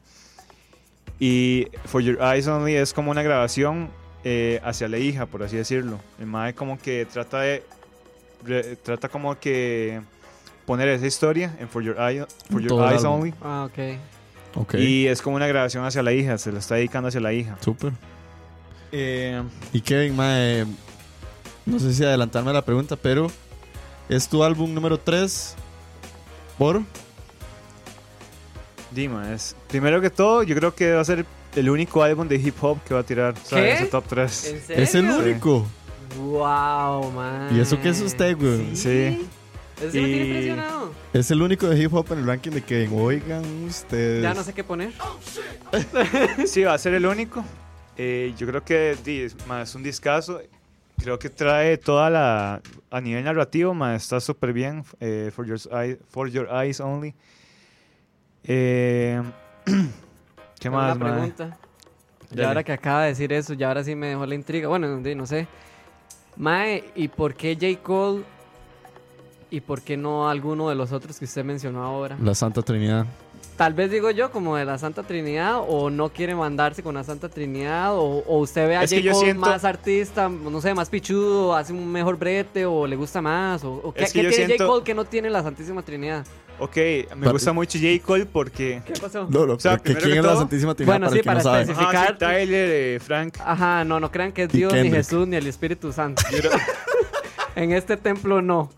Y For Your Eyes Only es como una grabación eh, hacia la hija, por así decirlo. El Mae como que trata de... re- trata como que poner esa historia en For Your, Eye- For Your
Todo el
Eyes
álbum.
Only.
Ah, ok.
Ok,
Y es como una grabación hacia la hija, se la está dedicando hacia la hija.
súper.
Eh,
Y Kevin, ma, eh, no sé si adelantarme a la pregunta, pero ¿es tu álbum número 3 por...?
Dima, es, primero que todo, yo creo que va a ser el único álbum de hip hop que va a tirar. O sea,
¿Qué?
ese top 3.
¿En serio?
Es el único.
Wow, man.
¿Y eso qué es usted, güey?
Sí.
Eso sí me tiene
Y-
impresionado.
Es el único de hip hop en el ranking de Kevin. Oigan ustedes.
Ya no sé qué poner.
Sí, va a ser el único. Eh, yo creo que di, es- ma, es un discazo. Creo que trae toda la. A nivel narrativo, ma, está súper bien. eh, for, your Eye- For Your Eyes Only. Eh, ¿Qué más,
Una
ma?
pregunta. Y
Dale.
ahora que acaba de decir eso, ya ahora sí me dejó la intriga. Bueno, di, no sé. Mae, ¿y por qué J. Cole y por qué no alguno de los otros que usted mencionó ahora?
Mm.
La Santa Trinidad.
Tal vez digo yo como de la Santa Trinidad o no quiere mandarse con la Santa Trinidad o, o usted ve a
Es que
J.
yo
Cole
siento-
más artista, no sé, más pichudo, hace un mejor brete o le gusta más o, o qué,
Es que
qué
yo
tiene
siento-
J. Cole que no tiene la Santísima Trinidad.
Ok, me gusta mucho J. Cole porque.
¿Qué pasó?
No, no,
O sea,
pero que
primero
¿quién
que
es la
todo-
Santísima Trinidad
Bueno,
para
sí,
el que no
para
sabe?
especificar.
Ajá, sí, Tyler, eh, Frank.
Ajá, no, no crean que es
Y
Dios, ni
Kendrick.
Jesús, ni el Espíritu Santo.
Yo creo-
En este templo no.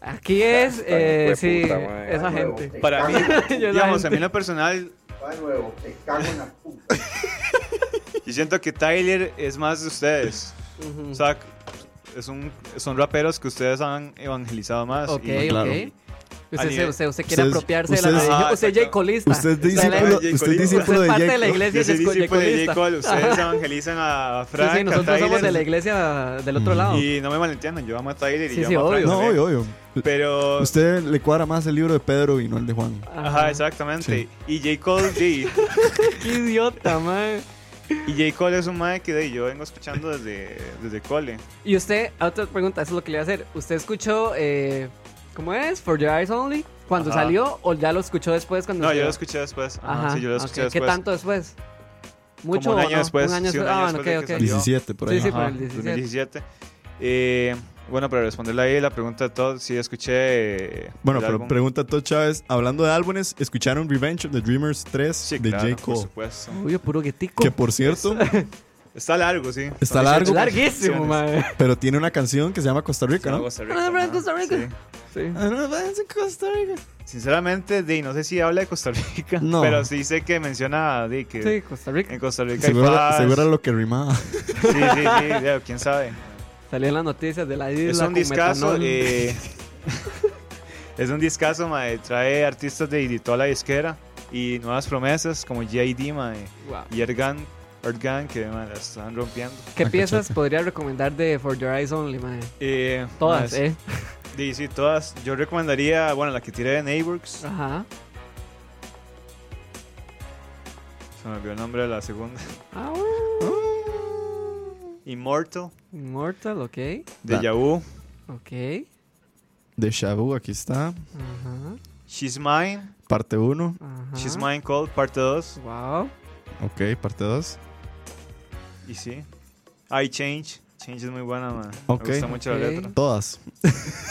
Aquí es,
Ah, Está bien,
eh,
hijueputa,
sí,
madre.
esa
Ay, huevo.
gente.
Para mí,
Yo la
digamos,
gente-
a mí en lo personal,
Eh,
yo siento que Tyler es más de ustedes.
Ujú.
O sea, es un- son raperos que ustedes han evangelizado más.
Ok,
y-
claro.
ok.
A
Usted, se-
nivel-
usted, usted quiere
Ustedes-
apropiarse de la
ustedes-
religión.
Ajá,
usted es
Ah, exacto.
Jaycolista.
Usted es
Usted
discípulo,
J.
usted es
Cole.
discípulo
es
de J.
parte de la
Cole.
iglesia
Yo
y
soy
es
discípulo de J.
Jaycolista.
Cole, ustedes evangelizan a
Sí,
Frank,
sí, nosotros
a
somos de la
Tyler.
iglesia del otro lado.
Y no me malentiendan, yo amo a Tyler y
Sí,
yo
sí,
amo a Frank.
obvio.
No,
también.
obvio, obvio.
Pero,
Usted le cuadra más el libro de Pedro y no el de Juan.
ajá, exactamente. Y J. Cole, sí,
Qué idiota, man.
y J. Cole es un mae que de, yo vengo escuchando desde, desde cole.
Y usted, otra pregunta, eso es lo que le iba a hacer. ¿Usted escuchó, eh, cómo es? For Your Eyes Only, cuando
Ajá.
salió o ya lo escuchó después? cuando
No,
se-
yo lo escuché después. Ajá,
Ajá,
sí, yo lo escuché
ok.
después.
¿Qué tanto después? ¿Mucho
un
o
año
no?
después,
Un año
sí, un
después.
año
Ah,
después de
bueno, ok,
que
ok.
salió.
17, por ahí.
Sí, sí,
Ajá,
por el 17.
2017. Eh, bueno, para responderle ahí la pregunta de todo, sí escuché. eh,
Bueno,
el
pero
álbum.
pregunta Todd Chávez. Hablando de álbumes, ¿escucharon Revenge of the Dreamers 3
Sí,
de
claro,
J.
por
Cole?
supuesto.
Uy, puro guetico.
Que por cierto,
Está largo, sí.
Está largo.
Es larguísimo, madre.
pero tiene una canción que se llama Costa Rica, ¿no?
Costa Rica. Sí.
Sinceramente, Di, no sé si habla de Costa Rica,
No.
pero sí sé que menciona Di que
Sí, Costa Rica.
en Costa Rica hay
Seguro, era-
paz.
seguro era lo que rimaba.
Sí, sí, sí, ya, quién sabe.
Salió en las noticias de la isla.
Es un
con
discazo.
metanol.
eh, es un discazo, mae. Trae artistas de, de toda la disquera y nuevas promesas como JD, mae,
Wow.
y Ergan, Ergan que mae, la están rompiendo.
¿Qué
Ah,
piezas podría recomendar de For Your Eyes Only, madre?
Eh,
Todas,
mae,
¿eh?
Sí, sí, todas. Yo recomendaría, bueno, la que tiré de Neighbors.
Ajá.
Se me olvidó el nombre de la segunda.
Ah, bueno.
Immortal,
Immortal, ok.
de
Da.
Yahoo.
Ok.
De Shabu, aquí está.
Ajá.
She's Mine,
Parte 1.
Ajá.
She's Mine Cold, parte 2.
Wow.
Ok, parte 2.
Y sí. Hay Change. Change es muy buena, man.
Ok.
Me gusta mucho
Ok.
la letra.
Todas.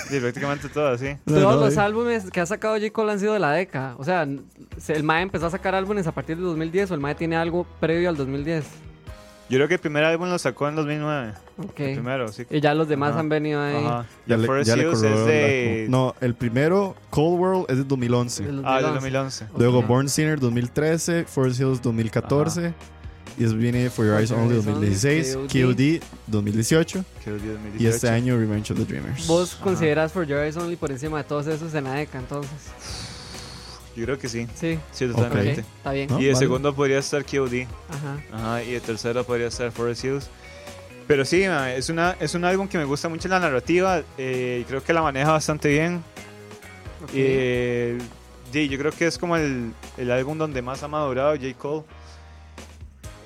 Sí, prácticamente todas, sí.
Todos
No, no,
los
eh.
álbumes que ha sacado J. Cole han sido de la década. O sea, n- se- el MAE empezó a sacar álbumes a partir del 2010 o el MAE tiene algo previo al 2010.
Yo creo que el primer álbum lo sacó en 2009. El
Ok.
primero, sí.
Y ya los demás
Ajá.
han venido ahí.
Ajá.
Ya
The
le,
First
ya le
Use
corroboró
es
el
de...
dato. No, el primero, Cold World, es de 2011.
del
Ah, del 2011.
2011.
Luego
Ok.
Born Sinner 2013, Forest Hills 2014. Y después viene For Your Eyes
For Your
Only
Eyes Only,
2016,
KOD.
QD 2018
Que es de 2018.
y este año Revenge of the Dreamers.
Vos
Ajá.
consideras For Your Eyes Only por encima de todos esos en la década, entonces.
Yo creo que sí.
Sí.
Sí,
Ok,
totalmente.
Está bien.
No,
Y de
vale.
segundo podría estar KOD.
Ajá.
Ajá, y de tercero podría ser Forest Hills. Pero sí, ma, es, una, es un álbum que me gusta mucho la narrativa. eh, y creo que la maneja bastante bien.
ok.
Eh, sí, yo creo que es como el, el álbum donde más ha madurado J. Cole.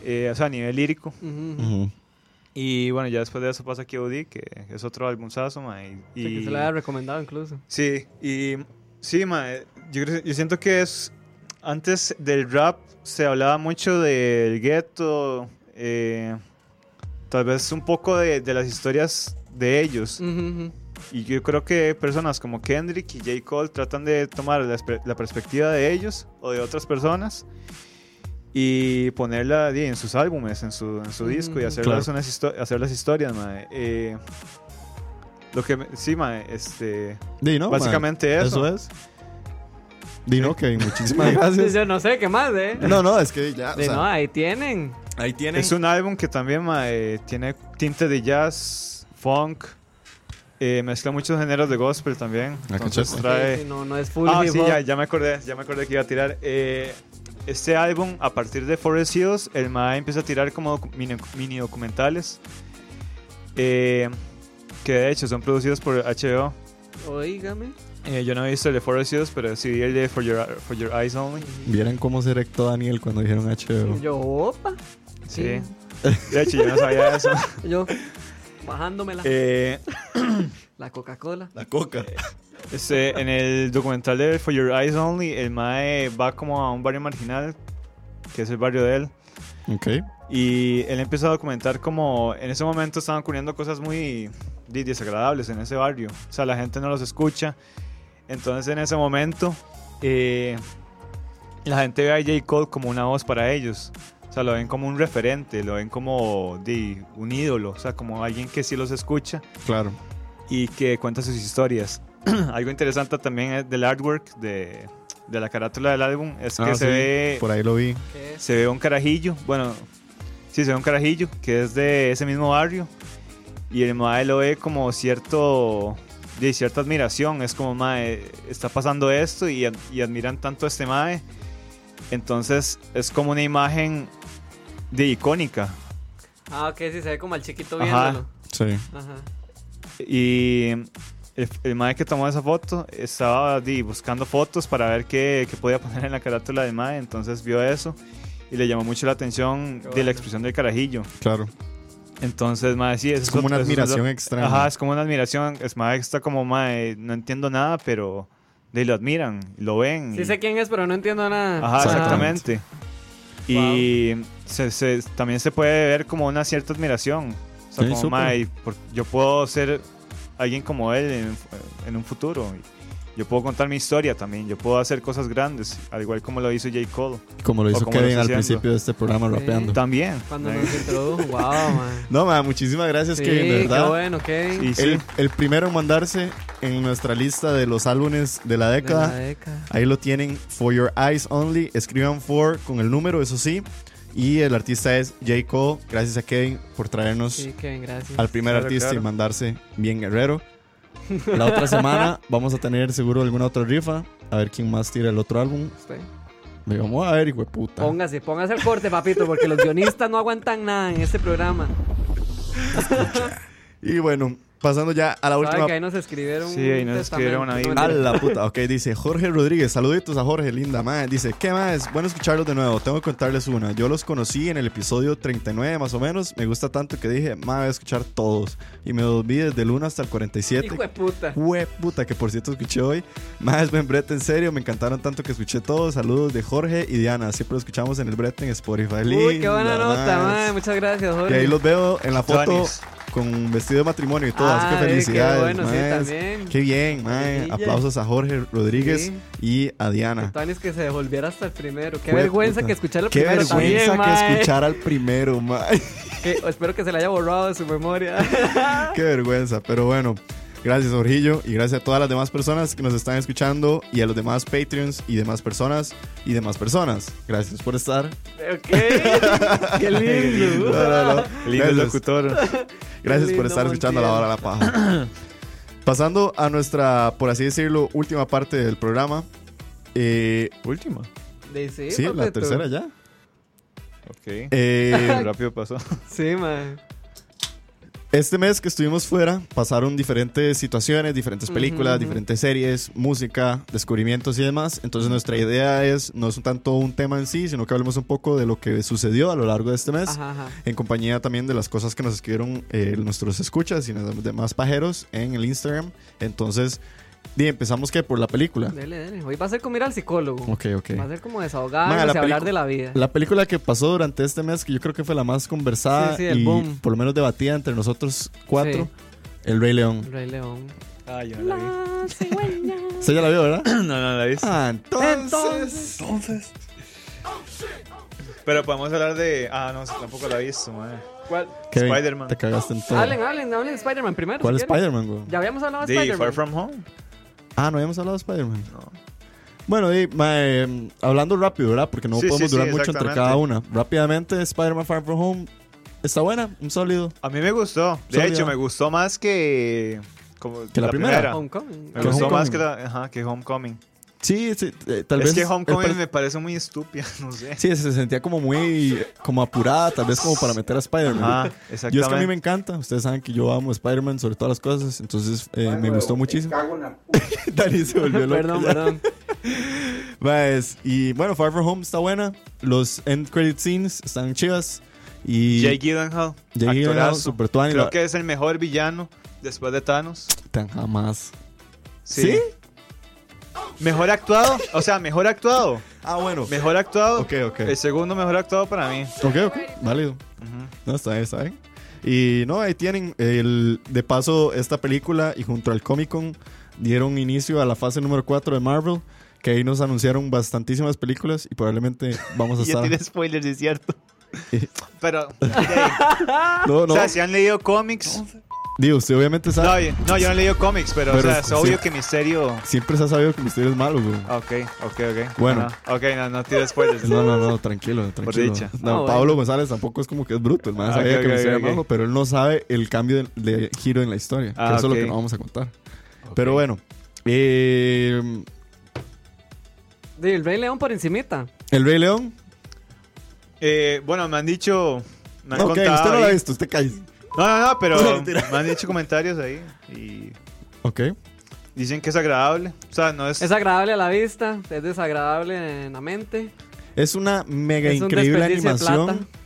Eh, o sea, a nivel lírico.
Ujú, ujú.
Ujú.
Y bueno, ya después de eso pasa KOD, que es otro álbumazo, ma, y-
O sea, que
y-
se lo había recomendado incluso.
Sí, y sí, ma, eh, yo, creo- yo siento que es. Antes del rap se hablaba mucho del gueto, eh, tal vez un poco de, de las historias de ellos.
Ujú, ujú.
Y yo creo que personas como Kendrick y J. Cole tratan de tomar la, espe- la perspectiva de ellos o de otras personas y ponerla di, en sus álbumes, en su, en su disco y
Ujú.
hacerlas unas histo- hacer las historias, mae. Eh, lo que me- sí, mae, este,
Di, ¿no, ma?
básicamente eso.
Eso es. Dino, que muchísimas
Entonces,
gracias.
Yo no sé qué más, ¿eh?
No, no, es que ya. o
De
sea,
no, ahí tienen.
ahí tienen.
Es un álbum que también mae, tiene tinte de jazz, funk, eh, mezcla muchos géneros de gospel también.
Ah,
Entonces
cachaste.
trae...
Sí, sí, no, no es full
Ah,
hip
sí,
hop.
ya, ya me acordé, ya me acordé que iba a tirar. Eh, este álbum, a partir de Forest Hills, el MAE empieza a tirar como docu- mini, mini documentales. eh, que de hecho son producidos por HBO.
Oígame.
Eh, yo no he visto el de Forest Hills, pero sí vi el de For Your, For Your Eyes Only.
Vieran cómo se rectó Daniel cuando dijeron HBO.
Yo, opa.
Sí. De hecho, yo no sabía eso.
Yo, bajándome la,
Eh,
la Coca-Cola.
La coca.
Este, en el documental de For Your Eyes Only, el Mae va como a un barrio marginal, que es el barrio de él,
Ok.
y él empieza a documentar como en ese momento estaban ocurriendo cosas muy di- desagradables en ese barrio. O sea, la gente no los escucha. Entonces, en ese momento, eh, la gente ve a J. Cole como una voz para ellos. O sea, lo ven como un referente, lo ven como di, un ídolo, o sea, como alguien que sí los escucha
Claro.
y que cuenta sus historias. Algo interesante también es del artwork de, de la carátula del álbum es que
Ah,
se
sí,
ve
Por ahí lo vi.
¿Qué es?
se ve un carajillo, bueno, sí se ve un carajillo que es de ese mismo barrio y el mae lo ve como cierto de cierta admiración, es como mae está pasando esto y, ad- y admiran tanto a este mae. Entonces es como una imagen de icónica.
Ah, ok, sí, se ve como al chiquito
Ajá.
viéndolo.
Sí.
Ajá.
Y el, el mae que tomó esa foto estaba di, buscando fotos para ver qué, qué podía poner en la carátula del mae, entonces vio eso y le llamó mucho la atención
Qué
de
bueno.
la expresión del carajillo.
Claro.
Entonces, mae, sí, eso
Es como
otro-
una
eso es
admiración
otro-
extraña.
Ajá, es como una admiración. Es mae está como mae, no entiendo nada, pero de lo admiran, lo ven. y-
Sí sé quién es, pero no entiendo nada.
Mm. Ajá,
Exactamente.
exactamente. Y se- se- también se puede ver como una cierta admiración. O sea,
Sí,
como,
súper.
"Mae, por- yo puedo ser alguien como él en, en un futuro. Yo puedo contar mi historia también. Yo puedo hacer cosas grandes, al igual como lo hizo J. Cole.
Como lo hizo
como lo
Kevin
estoy
al
haciendo.
principio de este programa
Sí.
rapeando.
También.
Cuando
Eh,
nos introdujo, wow, man.
No, ma, muchísimas gracias,
sí,
Kevin, de
qué
verdad.
bueno, Kevin.
y sí,
el, el primero en mandarse en nuestra lista de los álbumes de la
De
década.
la década.
Ahí lo tienen, For Your Eyes Only. Escriban For con el número, eso sí. Y el artista es J. Cole. Gracias a Kevin por traernos
Sí, Kevin, gracias.
al primer
Claro,
artista
claro.
y mandarse bien guerrero. La otra semana vamos a tener seguro alguna otra rifa. A ver quién más tira el otro álbum.
Usted.
Ah. Ve, Vamos a ver, hijo de puta.
Póngase, póngase al corte, papito, porque los guionistas no aguantan nada en este programa.
Y bueno, pasando ya a la
Sabe
última.
que ahí nos escribieron.
Sí, ahí nos
un
escribieron una
testamento.
Biblia.
A la puta, ok, dice Jorge Rodríguez, saluditos a Jorge, linda madre. Dice, ¿qué más? Bueno escucharlos de nuevo, tengo que contarles una. Yo los conocí en el episodio 39 más o menos, me gusta tanto que dije, madre, voy a escuchar todos. Y me los vi desde el 1 hasta el 47.
Hijo de puta.
Hue puta, que por cierto escuché hoy. Más buen brete, en serio, me encantaron tanto que escuché todos. Saludos de Jorge y Diana, siempre los escuchamos en el brete en Spotify.
Uy, qué buena
Linda,
nota,
mae.
mae. Muchas gracias,
Y
Jorge.
ahí los veo en la foto
Tuanis.
con vestido de matrimonio y todo, así
Ah,
que
ve, qué
felicidades.
bueno, sí,
mae.
también.
Qué bien, mae.
Maravilla.
Aplausos a Jorge Rodríguez
Sí.
y a Diana.
Tony es que se devolviera hasta el primero. Qué
Hue
vergüenza
puta.
que escuchar el
Qué
primero
vergüenza
también,
que
mae.
escuchar al primero, mae.
Que- espero que se le haya borrado de su memoria.
Qué vergüenza, pero bueno. Gracias, Jorgillo, y gracias a todas las demás personas que nos están escuchando y a los demás Patreons y demás personas y demás personas. Gracias por estar.
ok. Qué lindo.
No, no, no.
Lindo
Gracias.
locutor.
Gracias
Qué
por
lindo
estar escuchando la hora de la paja. Pasando a nuestra, por así decirlo, última parte del programa. Eh,
Última.
De- sí,
sí, la
papeto.
tercera ya.
Ok.
Eh,
Rápido pasó.
Sí, mae.
Este mes que estuvimos fuera pasaron diferentes situaciones, diferentes películas,
Ujú, ujú.
diferentes series, música, descubrimientos y demás. Entonces nuestra idea es no es un tanto un tema en sí, sino que hablemos un poco de lo que sucedió a lo largo de este mes.
Ajá, ajá.
En compañía también de las cosas que nos escribieron eh, nuestros escuchas y los demás pajeros en el Instagram. Entonces, di, empezamos que por la película.
Dele, dele. Hoy va a ser como ir al psicólogo.
Ok, ok.
Va a ser como desahogarnos
Mae, la
y hablar
pelicu-
de la vida.
La película que pasó durante este mes, que yo creo que fue la más conversada
Sí, sí, el
y
boom.
por lo menos debatida entre nosotros cuatro, El Rey León.
Rey León.
Ah, yo no la vi.
Usted ya la vio, ¿verdad?
No, no la vi.
Ah,
Entonces.
entonces.
Pero podemos hablar de. Ah, no, tampoco la he visto, madre.
¿Cuál?
Kevin,
Spider-Man.
Te cagaste en todo.
Hablen, hablen, hablen de Spider-Man primero.
¿Cuál
si quieren.
Spider-Man, güey?
Ya habíamos hablado de
De Far
Ah, Spider-Man.
From Home.
Ah, no habíamos hablado de Spider-Man. Bueno, y, ma, eh, hablando rápido, ¿verdad? Porque no
Sí,
podemos
sí, sí,
durar mucho entre
exactamente.
cada una. Rápidamente, Spider-Man Far From Home está buena, un sólido.
A mí me gustó. De
Sólida.
hecho, me gustó más que. Como
¿Que la primera?
Hong Kong.
Me
¿Que
gustó
Homecoming?
más que, la, ajá, que Homecoming.
Sí, sí eh, tal
es
vez.
que
el
Homecoming
per-
me parece muy estúpida, no sé.
Sí, se sentía como muy. como apurada, tal vez como para meter a Spider-Man.
Ajá,
Yo es que a mí
exactamente.
me encanta. Ustedes saben que yo amo Spider-Man sobre todas las cosas. Entonces eh, me gustó muchísimo. Dani se volvió loco.
Perdón,
ya.
perdón.
Más, Pues, y bueno, Far From Home está buena. Los end credit scenes están chivas. Y
Jake Gyllenhaal,
Jake Gyllenhaal,
actorazo.
super tuani,
Creo
la-
que es el mejor villano después de Thanos.
tan jamás.
Sí.
¿Sí?
Mejor actuado, o sea, mejor actuado.
Ah, bueno.
Mejor actuado.
Ok, ok.
El segundo mejor actuado para mí.
Ok, ok. Válido. No, está bien, está bien. Y no, ahí tienen. El, de paso, esta película y junto al Comic Con dieron inicio a la fase número 4 de Marvel. Que ahí nos anunciaron bastantísimas películas y probablemente vamos a
Ya
estar.
tiene spoilers, es cierto. Pero,
No, no.
o sea, si han leído cómics.
Digo, usted obviamente
No,
sabe.
yo- no, yo no he leído cómics, pero,
Pero
o sea,
es-
es obvio
sí.
que Misterio.
Siempre se ha sabido que usted es malo, güey.
Ah, Ok, ok, ok.
Bueno.
Ajá. ok, no, no tires spoilers.
No, no, no, tranquilo, tranquilo.
dicha.
No,
Ah, bueno.
Pablo González tampoco es como que es bruto, el más
Ah,
sabía
ok,
que me
ok,
hiciera
ok.
malo, pero él no sabe el cambio de, de giro en la historia. que
Ah,
eso es lo que
ok.
no vamos a contar. Pero bueno, eh,
Sí, el Rey León por encimita.
El Rey León.
Eh, bueno, me han dicho. Me han
ok,
contado.
usted no lo ha
ahí.
visto, usted cae.
No, no, no,
No,
pero
mentira.
me han dicho comentarios ahí. Y
Ok,
dicen que es agradable. O sea, no es.
Es agradable a la vista, es desagradable en la mente.
es una mega
Es un
increíble
desperdicio de
animación.
plata.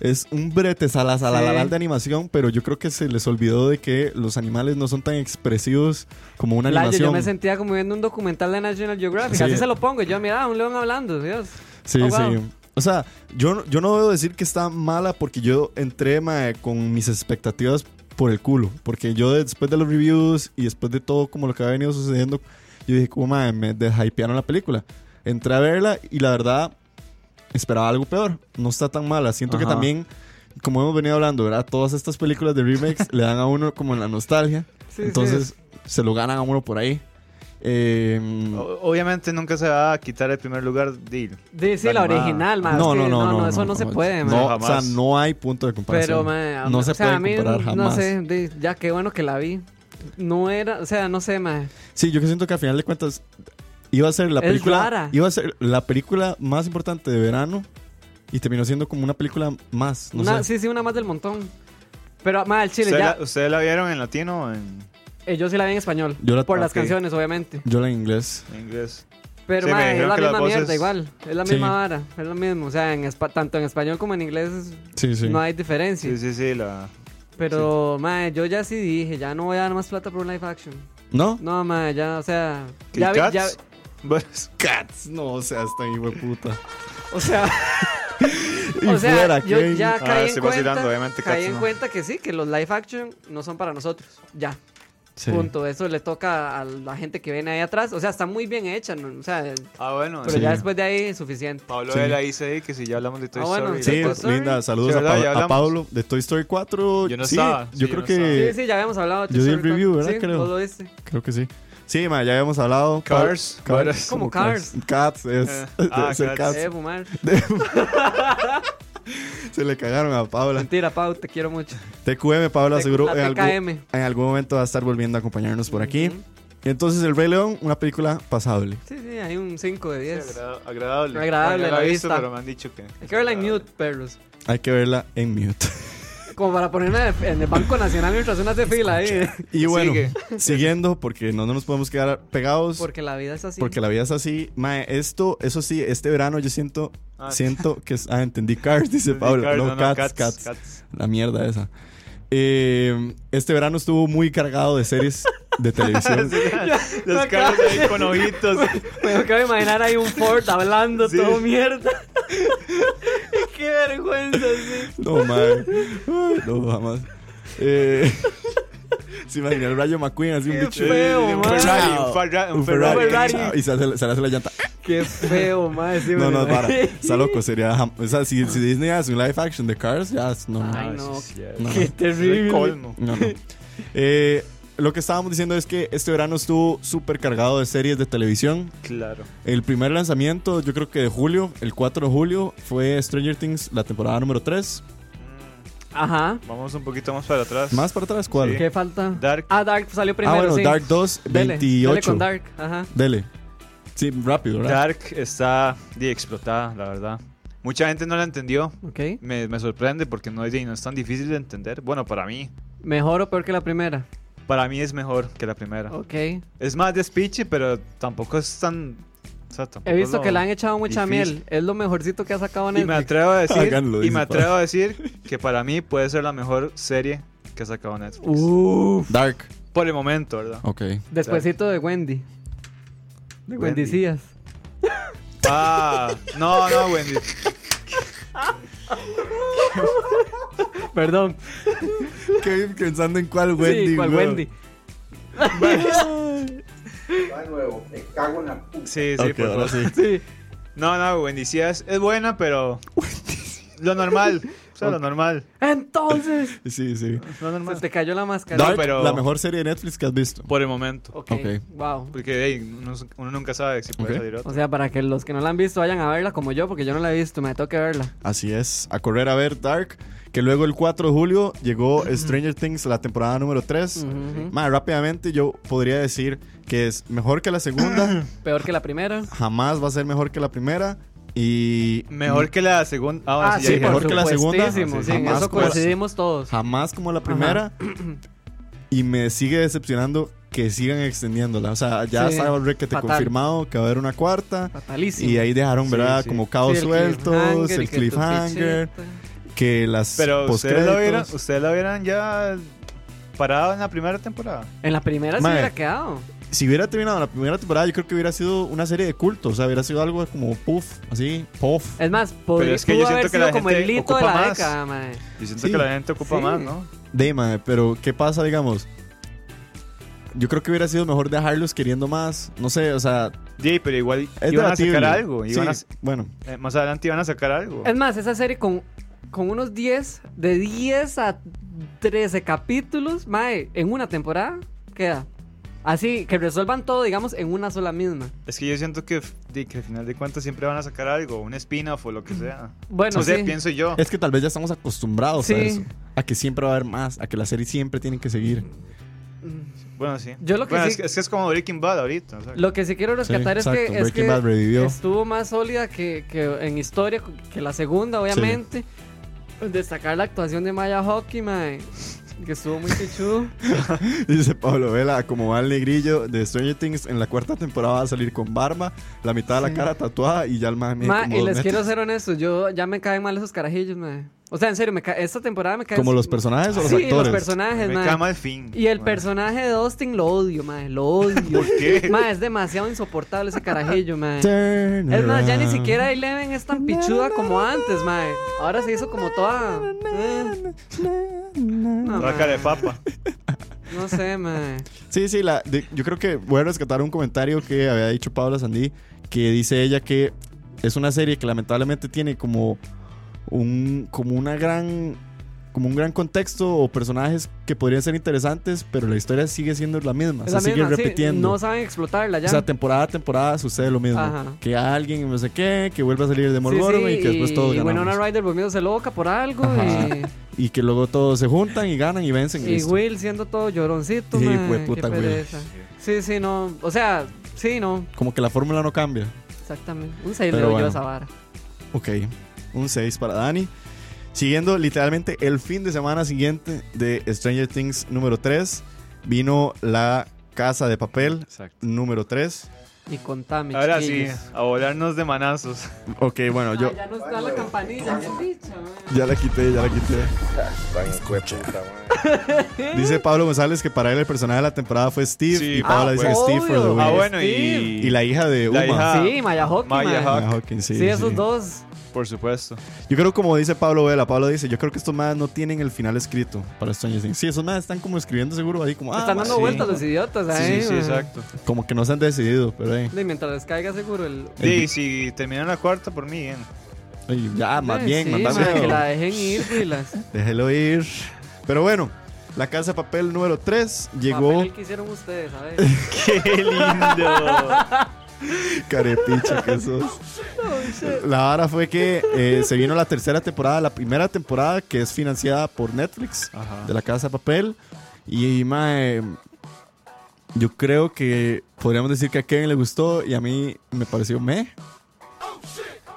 Es un brete salalalal
Sí.
de animación, pero yo creo que se les olvidó de que los animales no son tan expresivos como una
Playo,
animación.
yo me sentía como viendo un documental de National Geographic.
Sí.
Así se lo pongo. Yo, mira, ah, un león hablando, Dios.
Sí,
Oh,
sí.
wow.
O sea, yo, no- yo no debo decir que está mala porque yo entré mae, con mis expectativas por el culo. Porque yo después de los reviews y después de todo como lo que ha venido sucediendo, yo dije, como madre, me deshypearon la película. Entré a verla y la verdad esperaba algo peor. No está tan mala. Siento que
Ajá.
también, como hemos venido hablando, ¿verdad? Todas estas películas de remakes le dan a uno como la nostalgia.
Sí,
Entonces se lo ganan a uno por ahí. Eh,
o- Obviamente nunca se va a quitar el primer lugar deal.
sí. Di- sí, la
animada.
original, más.
no, no, no, no,
eso no, se puede,
No,
man.
man.
o sea, no hay punto de comparación.
Pero, man,
no
o
se
sea,
puede
a mí,
comparar jamás.
No sé, di- ya qué bueno que la vi. No era, o sea, no sé, man.
Sí, yo que siento que al final de cuentas iba a ser la
Es
película,
rara.
iba a ser la película más importante de verano y terminó siendo como una película más, no
Una-
sé.
Sí, sí, una más del montón. Pero, madre, al chile,
¿Ustedes
ya.
la, ustedes la vieron en latino o en,
eh, yo sí la vi en español.
Yo la-
por las
ok.
canciones, obviamente.
Yo la en inglés.
en inglés?
Pero,
Sí, me
madre, es
dijeron
la
que las
misma
voces-
mierda, igual. Es la
Sí.
misma vara. Es lo mismo. O sea, en espa- tanto en español como en inglés es-
Sí, sí.
no hay diferencia.
Sí, sí, sí, la...
Pero, madre, yo ya sí dije, ya no voy a dar más plata por un live action.
¿No?
No, madre, ya, o sea.
¿Y
Ya, vi-
Cats?
ya-
Bueno,
Cats. No, o sea, está hijo de puta.
O sea. o sea, yo ya
Ah,
caí, en
estoy vacilando,
cuenta,
obviamente,
caí
Cats
en
no.
cuenta que sí, que los live action no son para nosotros. Ya,
Sí.
punto. Eso le toca a la gente que viene ahí atrás. O sea, está muy bien hecha, ¿no? o sea,
ah, bueno.
pero
sí.
ya después de ahí es suficiente.
Pablo
Sí.
de la ICE, que si ya hablamos de Toy
Ah,
Story.
bueno,
Sí,
Toy Story.
linda. Saludos
Sí,
a,
¿verdad?
Pa-
Ya
a
hablamos.
Pablo de Toy Story 4.
Yo no
sí,
estaba, sí,
Yo creo
yo no
Sí,
que.
sí, ya habíamos hablado. de Toy
yo di el
Story
review,
Talk.
¿verdad?
Sí, este.
Creo.
vos lo viste.
Creo que sí. Sí, ma, ya habíamos hablado. Pa-
Cars. Cars.
Como
Cats es.
Eh,
debe
ah,
ser
Cats.
Cats.
Eh, fumar. Eh.
Se le cagaron a Paula.
Mentira, Pau, te quiero mucho.
TQM, Paula,
Te-
seguro
la
en algún,
TKM.
en algún momento va a estar volviendo a acompañarnos por aquí.
Ujú.
Entonces, El Rey León, una película pasable.
Sí, sí, hay un 5 de 10.
Agra- agradable.
Agradable
Bueno,
la
he visto,
vista.
pero me han dicho que. Ah.
hay que verla en mute, perros.
Hay que verla en mute.
Como para ponerme de- en el Banco Nacional mientras una hace fila ahí.
Y bueno,
Sigue.
siguiendo, porque no, no nos podemos quedar pegados.
Porque la vida es así.
Porque la vida es así. Mae, esto, eso sí, este verano yo siento,
Ah,
siento que es- ah, entendí Cars, dice
Disney
Pablo.
Cars,
no, cats, cats,
Cats, Cats.
La mierda esa. Eh, este verano estuvo muy cargado de series de televisión.
Los Cars ahí con ojitos.
Me acabo de imaginar ahí un Ford hablando
Sí.
todo mierda. Qué vergüenza, sí.
No, mae. Ay, No, jamás. Eh, se imagina el Rayo McQueen, así un
Qué
bicho.
Feo,
un
man.
Ferrari, un Ferra- un Ferrari.
Ferrari.
chao, Y se hace, se le hace la llanta.
Qué feo, madre. sí,
No, no,
¿verdad?
para. Está loco, sería. jam- O sea, si, si Disney hace un live action de Cars, ya es- no. no.
Ay, no.
sí, sí,
No.
Qué
El
terrible.
colmo.
No, no. Eh, lo que estábamos diciendo es que este verano estuvo súper cargado de series de televisión.
Claro.
El primer lanzamiento, yo creo que de julio, el 4 de julio, fue Stranger Things, la temporada número 3.
Ajá.
Vamos un poquito más para atrás.
¿Más para atrás? ¿Cuál?
Sí.
¿Qué falta?
Dark.
Ah, Dark salió primero.
ah, bueno,
sí.
Dark 2,
Dele,
28.
Dele con Dark. Ajá.
Dele. Sí, rápido, ¿verdad?
Dark está di, explotada, la verdad. Mucha gente no la entendió.
Ok.
Me, me sorprende porque no, di, no es tan difícil de entender. Bueno, para mí.
Mejor o peor que la primera.
Para mí es mejor que la primera.
Ok.
Es más despiche, pero tampoco es tan. o sea, tampoco
He visto
lo-
que le han echado mucha
difícil.
miel. Es lo mejorcito que ha sacado
Y me
Netflix.
atrevo a decir.
Háganlo,
y
dice
me atrevo
Pablo.
a decir que para mí puede ser la mejor serie que ha sacado Netflix.
Uh. Uff.
Dark.
Por el momento, ¿verdad?
Ok.
Despuésito de Wendy. De
Wendy.
Wendicías.
Ah, no, no, Wendy.
Perdón.
Kevin pensando en cuál Wendy.
Wendy, sí, ¿cuál
güey.
Wendy?
Sí, sí,
Ok,
por
ahora
favor.
pues, sí.
Sí.
No, no, Wendy sí es, es buena, pero. Lo normal. O sea, lo normal.
Entonces.
Sí, sí.
Lo
Se
normal.
te cayó la máscara.
Dark,
pero-
la mejor serie de Netflix que has visto.
Por el momento.
Ok.
Ok.
Wow.
Porque hey, uno, uno nunca sabe si puede
Ok.
salir
O
otro.
sea, para que los que no la han visto vayan a verla como yo, porque yo no la he visto, me tengo que verla.
Así es, a correr a ver Dark. Que luego el 4 de julio llegó Stranger Things, la temporada número 3.
Ujú.
Más rápidamente yo podría decir que es mejor que la segunda,
Peor que la primera.
jamás va a ser mejor que la primera. Y
Mejor que la segunda. Ah, bueno,
ah,
sí,
sí,
ya dije.
mejor
por
que la segunda.
supuestísimo,
Ah, sí.
Sí, en
Jamás
eso
por-
coincidimos todos.
Ah.
jamás como la primera. Y me sigue decepcionando que sigan extendiéndola. O sea, ya
Sí,
estaba que te
fatal.
confirmado que va a haber una cuarta.
Fatalísimo.
Y ahí dejaron,
Sí,
¿verdad?
sí.
Como
Sí,
caos
el
sueltos,
cliffhanger y
el
que tu
cliffhanger,
pichita.
que las
Pero ustedes lo, vieron,
postcréditos.
ustedes lo vieron ya parado en la primera temporada.
En la primera se
Mae.
hubiera quedado.
si hubiera terminado la primera temporada, yo creo que hubiera sido una serie de culto. O sea, hubiera sido algo como puff, así, puff.
Es más, podría
es que yo
pudo haber
siento que la
sido como el
gente
hito de la
ocupa más.
década, mae.
Yo siento
Sí.
que la gente ocupa
Sí.
más, ¿no?
De, mae, pero ¿qué pasa, digamos? Yo creo que hubiera sido mejor dejarlos queriendo más. No sé, o sea,
Sí, pero igual
es
iban
debatible.
a sacar algo.
Sí,
iban a-
Bueno,
eh, más adelante iban a sacar algo.
Es más, esa serie con, con unos 10, de 10 a 13 capítulos, mae, en una temporada queda. Así, que resuelvan todo, digamos, en una sola misma.
Es que yo siento que, f- di, que al final de cuentas siempre van a sacar algo, un spin-off o lo que sea.
Bueno,
o sea,
sí.
pienso yo.
es que tal vez ya estamos acostumbrados a
Sí.
eso. A que siempre va a haber más, a que la serie siempre tiene que seguir.
Bueno, sí.
Yo lo que
Bueno,
sí-
es, es que es como Breaking Bad ahorita. o sea,
Mm. Lo que sí quiero rescatar es
exacto,
que, es
Breaking
que
Bad revivió.
estuvo más sólida que, que en historia, que la segunda, obviamente. Destacar la actuación de Maya Hockey, mae. Que estuvo muy pichudo.
Dice Pablo Vela, como va el negrillo de Stranger Things, en la cuarta temporada va a salir con barba, la mitad de la cara tatuada y ya el mami.
Ma, y les quiero ser honestos, yo ya me caen mal esos carajillos, mae. O sea, en serio, me ca- esta temporada me caen
Como los personajes o los
sí, los
actores.
personajes,
Me
mae.
cae mal fin.
Y el
mae.
personaje de Dustin lo odio, mae, lo odio. ¿Por
qué?
Mae, es demasiado insoportable ese carajillo, mae.
Turn
Es más, ya ni
around.
siquiera Eleven es tan pichuda como antes, mae. Ahora se hizo como toda... eh. No,
Toda
mae.
cara de papa.
No sé, mae.
Sí, sí, la, de- yo creo que voy a rescatar un comentario que había dicho Paula Sandí, que dice ella que es una serie que lamentablemente tiene como un, como una gran, como un gran contexto o personajes que podrían ser interesantes, pero la historia sigue siendo la misma,
Es
se
la
sigue
misma, sí,
repitiendo.
no saben explotarla ya.
O sea, temporada a temporada sucede lo mismo.
Ajá.
Que alguien, no sé qué, que vuelve a salir de
Sí,
Morgorme
sí,
y que después todos
y Winona
ganamos.
Ryder volviéndose loca por algo y...
Y, que luego todos se juntan y ganan y vencen.
Y
listo.
Will siendo todo lloroncito,
Sí,
mae,
fue
qué
puta Will.
pereza. Sí, sí, no. O sea, sí, no.
Como que la fórmula no cambia.
Exactamente. Un 6
Pero
le doy yo
bueno.
a esa vara.
Ok, un 6 para Dani. Siguiendo literalmente el fin de semana siguiente de Stranger Things número 3, vino la Casa de Papel
Exacto.
número 3.
Y contame,
Ahora sí,
chiquillos.
a volarnos de manazos.
Ok, bueno, yo
Ah, ya nos da la campanilla, qué dicha, mae.
ya la quité, ya la quité.
Están hijo de puta, mae.
Dice Pablo González que para él el personaje de la temporada fue Steve
Sí,
y Paula
ah,
dice
bueno.
Steve for the
Obvio.
win.
Ah, bueno,
Steve.
y,
Y la hija de Uma.
La hija- Ah,
Sí, Maya Hockey,
Maya
mae.
Hockey.
Anna Hawkins, sí,
Sí, esos
sí.
dos.
por supuesto.
Yo creo como dice Pablo Vela, Pablo dice, yo creo que estos más no tienen el final escrito para Stranger Things. Sí, esos más están como escribiendo seguro ahí como, ah,
Están dando
sí.
vueltas los idiotas ahí.
sí, sí,
mae.
exacto.
como que no se han decidido, pero eh,
Y mientras les caiga seguro el...
Sí, si terminan la cuarta, por mí, bien.
ay, ya, Ah, más
Eh,
bien,
sí,
mandame
mae,
algo.
que la dejen ir, Dilas.
Déjelo ir. Pero bueno, la casa de papel número 3 llegó
Papel que hicieron ustedes, a ver.
¡Qué lindo!
Carepicha que sos. La vara fue que eh, se vino la tercera temporada, la primera temporada que es financiada por Netflix
Ajá.
de la Casa de Papel. Y mae, yo creo que podríamos decir que a Kevin le gustó y a mí me pareció me.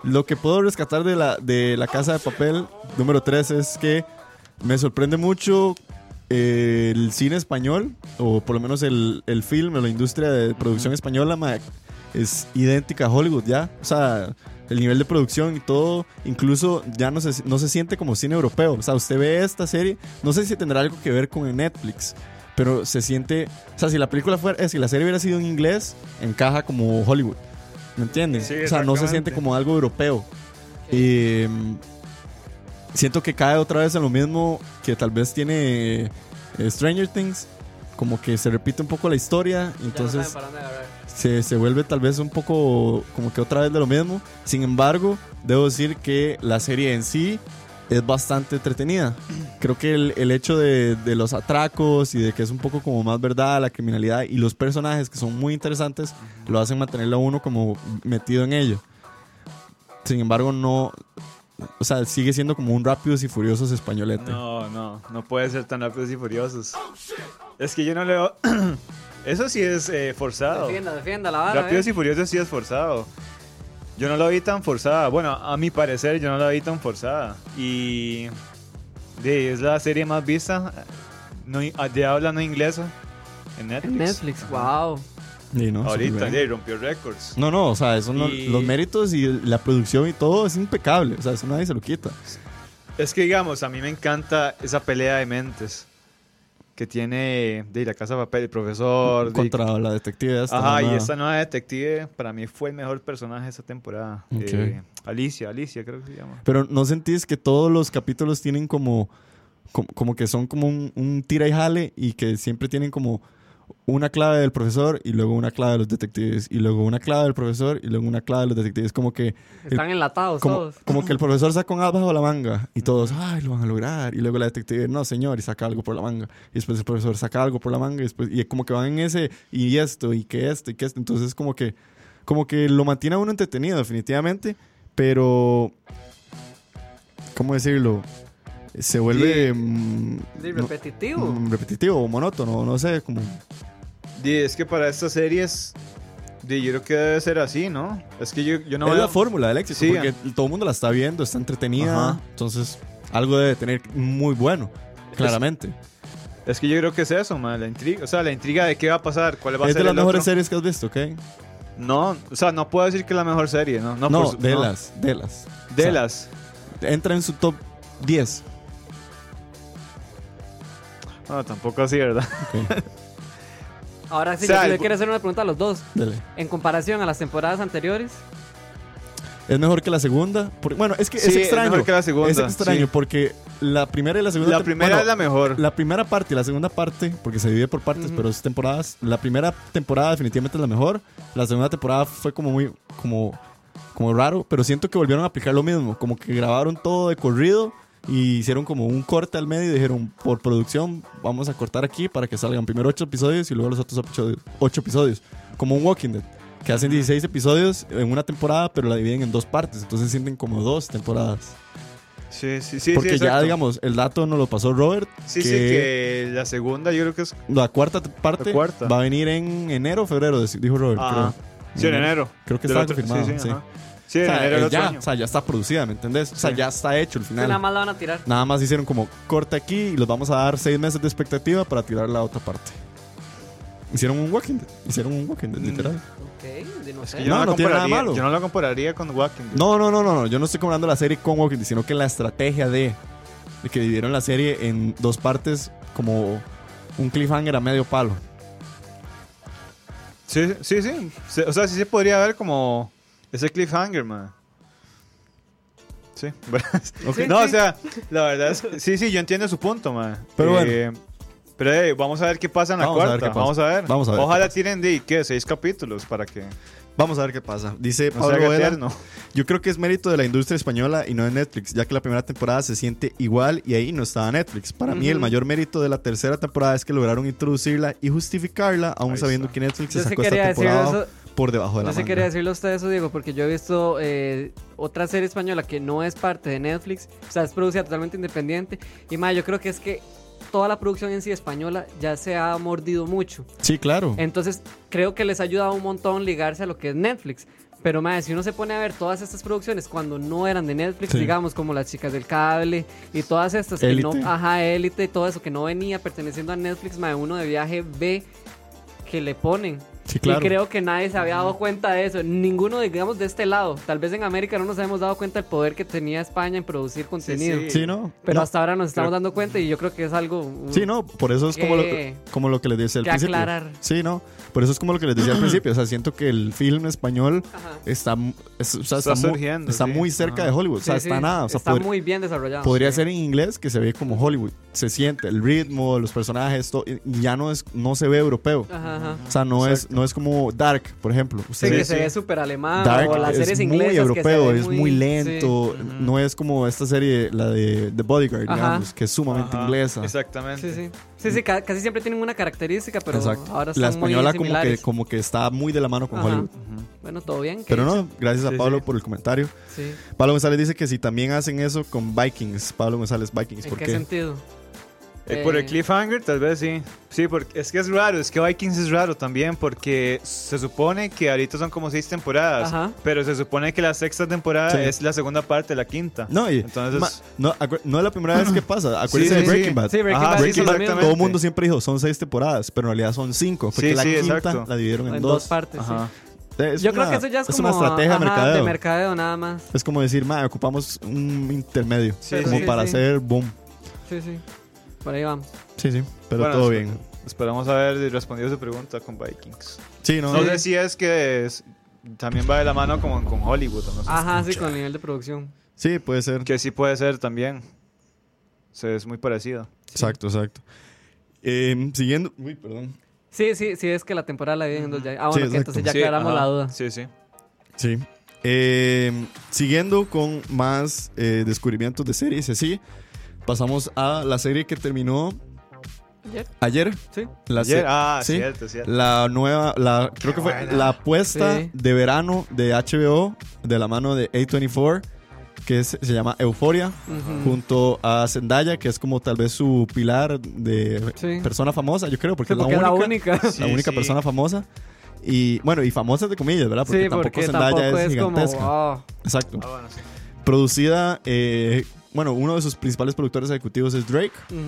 Lo que puedo rescatar de la, de la Casa de Papel número 3 es que me sorprende mucho eh, el cine español, o por lo menos el, el film, o la industria de producción española, mae, es idéntica a Hollywood ya. O sea, el nivel de producción y todo, incluso ya no se, no se siente como cine europeo. O sea, usted ve esta serie, no sé si tendrá algo que ver con el Netflix, pero se siente. O sea, si la película fuera, eh, si la serie hubiera sido en inglés, encaja como Hollywood. ¿Me entienden?
Sí,
o sea, no se
exactamente.
siente como algo europeo. Y. mm, Siento que cae otra vez en lo mismo que tal vez tiene eh, Stranger Things. Como que se repite un poco la historia. Entonces
Ya no saben para dónde agarrar.
se, se vuelve tal vez un poco como que otra vez de lo mismo. Sin embargo, debo decir que la serie en sí es bastante entretenida. Creo que el, el hecho de, de los atracos y de que es un poco como más verdad la criminalidad y los personajes que son muy interesantes lo hacen mantenerlo a uno como metido en ello. Sin embargo, no... O sea, sigue siendo como un rápidos y furiosos españolete.
No, no, no puede ser tan rápidos y furiosos. Es que yo no leo. Eso sí es eh, forzado.
Defienda, defienda la vara.
Rápidos
eh.
y furiosos sí es forzado. Yo no la vi tan forzada. Bueno, a mi parecer, yo no la vi tan forzada. Y. de- es la serie más vista eh, no, ah, de habla no inglesa en Netflix.
En Netflix,
Ajá.
wow.
Y no,
Ahorita,
súper bien.
de, rompió récords.
No, no, o sea, son los-
Y-
los méritos y la producción y todo es impecable. O sea, eso nadie se lo quita.
Es que digamos, a mí me encanta esa pelea de mentes que tiene de la casa de papel, el profesor. de-
contra la detective esta,
Ajá, y
mamá.
esta nueva detective para mí fue el mejor personaje de esta temporada.
Ok.
Eh, Alicia, Alicia creo que se llama.
Pero ¿no sentís que todos los capítulos tienen como... Como, como que son como un, un tira y jale y que siempre tienen como una clave del profesor y luego una clave de los detectives y luego una clave del profesor y luego una clave de los detectives. Como que,
Están enlatados
como,
todos.
como que el profesor saca un as bajo la manga y todos, ay, lo van a lograr. Y luego la detective, no, señor, y saca algo por la manga. Y después el profesor saca algo por la manga y, después, y como que van en ese y esto y que esto y que esto. Entonces como que, como que lo mantiene a uno entretenido definitivamente, pero... ¿Cómo decirlo? Se vuelve... mm,
Sí,
no-
repetitivo.
mm, repetitivo o monótono, no sé, como...
Y es que para estas series, di, yo creo que debe ser así, ¿no? Es que yo, yo no
es
veo-
la fórmula del éxito,
Sí.
porque todo el mundo la está viendo, está entretenida.
Ajá.
Entonces, algo debe tener muy bueno, claramente.
Es que yo creo que es eso, ma, la intriga. O sea, la intriga de qué va a pasar, cuál va a
Es
ser
de las
el
mejores
otro.
series que has visto, ¿ok?
No, o sea, no puedo decir que es la mejor serie, ¿no? No,
No,
por su-
de
no.
las, de las.
De
O sea,
las.
Entra en su top 10.
No, tampoco así, ¿verdad?
Ahora sí,
O sea,
yo- yo
el-
quiero hacer una pregunta a los dos.
Dele.
En comparación a las temporadas anteriores,
Es mejor que la segunda. porque- bueno, es que es
Sí, es
extraño.
mejor que la segunda,
Es extraño
sí.
porque la primera y la segunda.
La
tem-
primera
bueno,
es la mejor.
La primera parte y la segunda parte, porque se divide por partes, pero es temporadas. La primera temporada definitivamente es la mejor. La segunda temporada fue como muy, como, como raro, pero siento que volvieron a aplicar lo mismo, como que grabaron todo de corrido y hicieron como un corte al medio y dijeron por producción vamos a cortar aquí para que salgan primero ocho episodios y luego los otros ocho- ocho episodios, como un Walking Dead. Que hacen 16 episodios en una temporada, pero la dividen en dos partes. Entonces sienten como dos temporadas.
Sí, sí, sí.
Porque
sí,
ya,
exacto.
digamos, el dato nos lo pasó Robert.
Sí, sí, que la segunda yo creo que es.
La cuarta t- parte
La cuarta.
va a venir en enero o febrero, dec- dijo Robert.
Ajá.
creo.
ah, Sí, en enero.
Creo que
Del
está
otro-
confirmado,
Sí, sí,
sí.
ajá. Sí,
O
en
sea,
enero del
eh,
otro
ya,
año.
o sea, ya está producida, ¿me entendés? O sea,
Sí.
ya está hecho el final.
nada más la van a tirar.
Nada más hicieron como corta aquí y los vamos a dar seis meses de expectativa para tirar la otra parte. Hicieron un Walking Dead. Hicieron un Walking Dead,
Mm.
literal.
Ok, de no
Es
sé.
que yo
No,
no, la
no tiene nada
compararía-
malo.
Yo no la compararía con Walking Dead.
No, no, no, no, no. Yo no estoy comparando la serie con Walking Dead, sino que la estrategia de, de que dividieron la serie en dos partes como un cliffhanger a medio palo.
Sí, sí, sí. Se- O sea, sí se podría ver como ese cliffhanger, man. Sí, bueno.
Sí,
No,
sí.
o sea, la verdad es que sí, sí, yo entiendo su punto, man.
Pero bueno.
Pero eh, vamos a ver qué pasa en la
Vamos a ver
cuarta.
qué pasa.
vamos a ver.
Vamos a ver qué
Ojalá
pasa.
tienen de qué seis capítulos para que
Vamos a ver qué pasa. Dice
no se
Pablo
haga
Vela,
eterno.
Yo creo que es mérito de la industria española y no de Netflix, ya que la primera temporada se siente igual y ahí no estaba Netflix. Para mí el
Ujú.
mayor mérito de la tercera temporada es que lograron introducirla y justificarla, aún
Ahí
sabiendo
está.
que Netflix
Yo
se
sí
sacó esta
quería decir
temporada
eso.
por debajo de la
Yo sí
manga.
quería decirle a usted eso, Diego, porque yo he visto eh, otra serie española que no es parte de Netflix, o sea, es producida totalmente independiente. Y más, yo creo que es que toda la producción en sí española ya se ha mordido mucho.
Sí, claro.
Entonces, creo que les ha ayudado un montón ligarse a lo que es Netflix. Pero, más si uno se pone a ver todas estas producciones cuando no eran de Netflix,
Sí.
digamos, como Las Chicas del Cable y todas estas que
Élite.
no, ajá, Élite, todo eso que no venía perteneciendo a Netflix, mae, uno de viaje ve que le ponen.
Sí, claro.
Y creo que nadie se había dado cuenta de eso. Ninguno, digamos, de este lado. Tal vez en América no nos hemos dado cuenta del poder que tenía España en producir contenido.
Sí, ¿no?
Pero
No.
hasta ahora nos estamos
Creo-
dando cuenta y yo creo que es algo. uh, un-
Sí, no, por eso es como lo,
que-
como lo que les decía al
que
principio.
aclarar.
Sí, no, por eso es como lo que les decía al principio. O sea, siento que el film español
Ajá.
está, mu- es- o sea,
Está
está, mu-
surgiendo,
está
sí.
muy cerca
Ajá.
de Hollywood. o sea,
Sí,
está
sí,
nada. O sea,
está
podría-
muy bien desarrollado.
Podría
Ah, sí.
ser en inglés que se ve como Hollywood. Se siente el ritmo, los personajes, todo, y ya no, es, no se ve europeo.
Ajá, ajá.
O sea, no es,
Exacto.
no es como Dark, por ejemplo.
Sí,
Usted
que
ve
se ve súper alemán.
Dark
o las
es
series
muy
inglesas. que se
europeo,
ven
es muy lento.
sí.
No es como esta serie, la de The Bodyguard,
Ajá.
digamos, que es sumamente
Ajá,
inglesa.
Exactamente.
Sí, sí. Sí, sí, ca- casi siempre tienen una característica, pero
Exacto.
ahora son
la
muy
española como que,
similares.
como que está muy de la mano con
Ajá.
Hollywood.
Bueno, todo bien. ¿qué
Pero
dice?
no, gracias a
Sí,
Pablo
sí.
por el comentario.
Sí.
Pablo González dice que si también hacen eso con Vikings. Pablo González, Vikings,
¿En
¿por
qué,
qué?
sentido?
Eh, por el
Eh,
cliffhanger, tal vez sí. Sí, porque es que es raro, es que Vikings es raro también, porque se supone que ahorita son como seis temporadas,
Ajá.
pero se supone que la sexta temporada
Sí.
es la segunda parte, la quinta.
No, y-
Entonces-
ma- no, acuer- no es la primera vez que pasa. Acuérdense
Sí,
de
sí,
Breaking
sí.
Bad.
Sí, Breaking
Ajá,
Bad
Breaking
hizo lo
Bad
mismo.
también.
Todo el mundo siempre dijo, son seis temporadas, pero en realidad son cinco. Porque
Sí,
la
sí,
quinta
exacto.
la dividieron en,
En
dos.
dos partes, sí.
Ajá.
Es
Yo
una-
creo que eso ya es,
es
como
una estrategia de
ajá,
mercadeo.
de mercadeo nada más.
Es como decir, ma, ocupamos un intermedio.
Sí,
como
sí,
para
sí.
hacer boom.
Sí, sí. Por ahí vamos.
Sí, sí. Pero
Bueno,
todo
esp-
bien.
Esperamos haber respondido su pregunta con Vikings.
Sí, no.
No sé si es que es- también va de la mano como con Hollywood, o no sé.
Ajá, sí, con el nivel de producción.
Sí, puede ser.
Que sí puede ser también. O sea, es muy parecido.
Exacto, exacto. Eh, siguiendo. Uy, perdón.
Sí, sí, sí, es que la temporada la viven en dos ya. Ah,
Sí,
bueno, que
exacto.
entonces ya
Sí,
aclaramos
ajá.
la duda.
Sí, sí.
Ah, Sí. Eh, siguiendo con más eh, descubrimientos de series, y así. Pasamos a la serie que terminó
Ayer.
ayer.
Sí.
La
Ayer-
se-
ah,
sí.
cierto, cierto.
La nueva, la, creo que fue la apuesta
Sí.
de verano de HBO de la mano de A24, que es- se llama Euforia,
Ujú.
junto a Zendaya, que es como tal vez su pilar de
Sí.
persona famosa, yo creo, porque,
Sí, porque es
la
la
única,
única.
Sí,
la única
sí.
persona famosa. Y bueno, y famosa de comillas, ¿verdad? Porque
sí,
tampoco
porque
Zendaya
tampoco
es
es, como.
gigantesca.
wow.
Exacto.
Ah, bueno, sí.
Producida eh, bueno, uno de sus principales productores ejecutivos es Drake.
Ujú.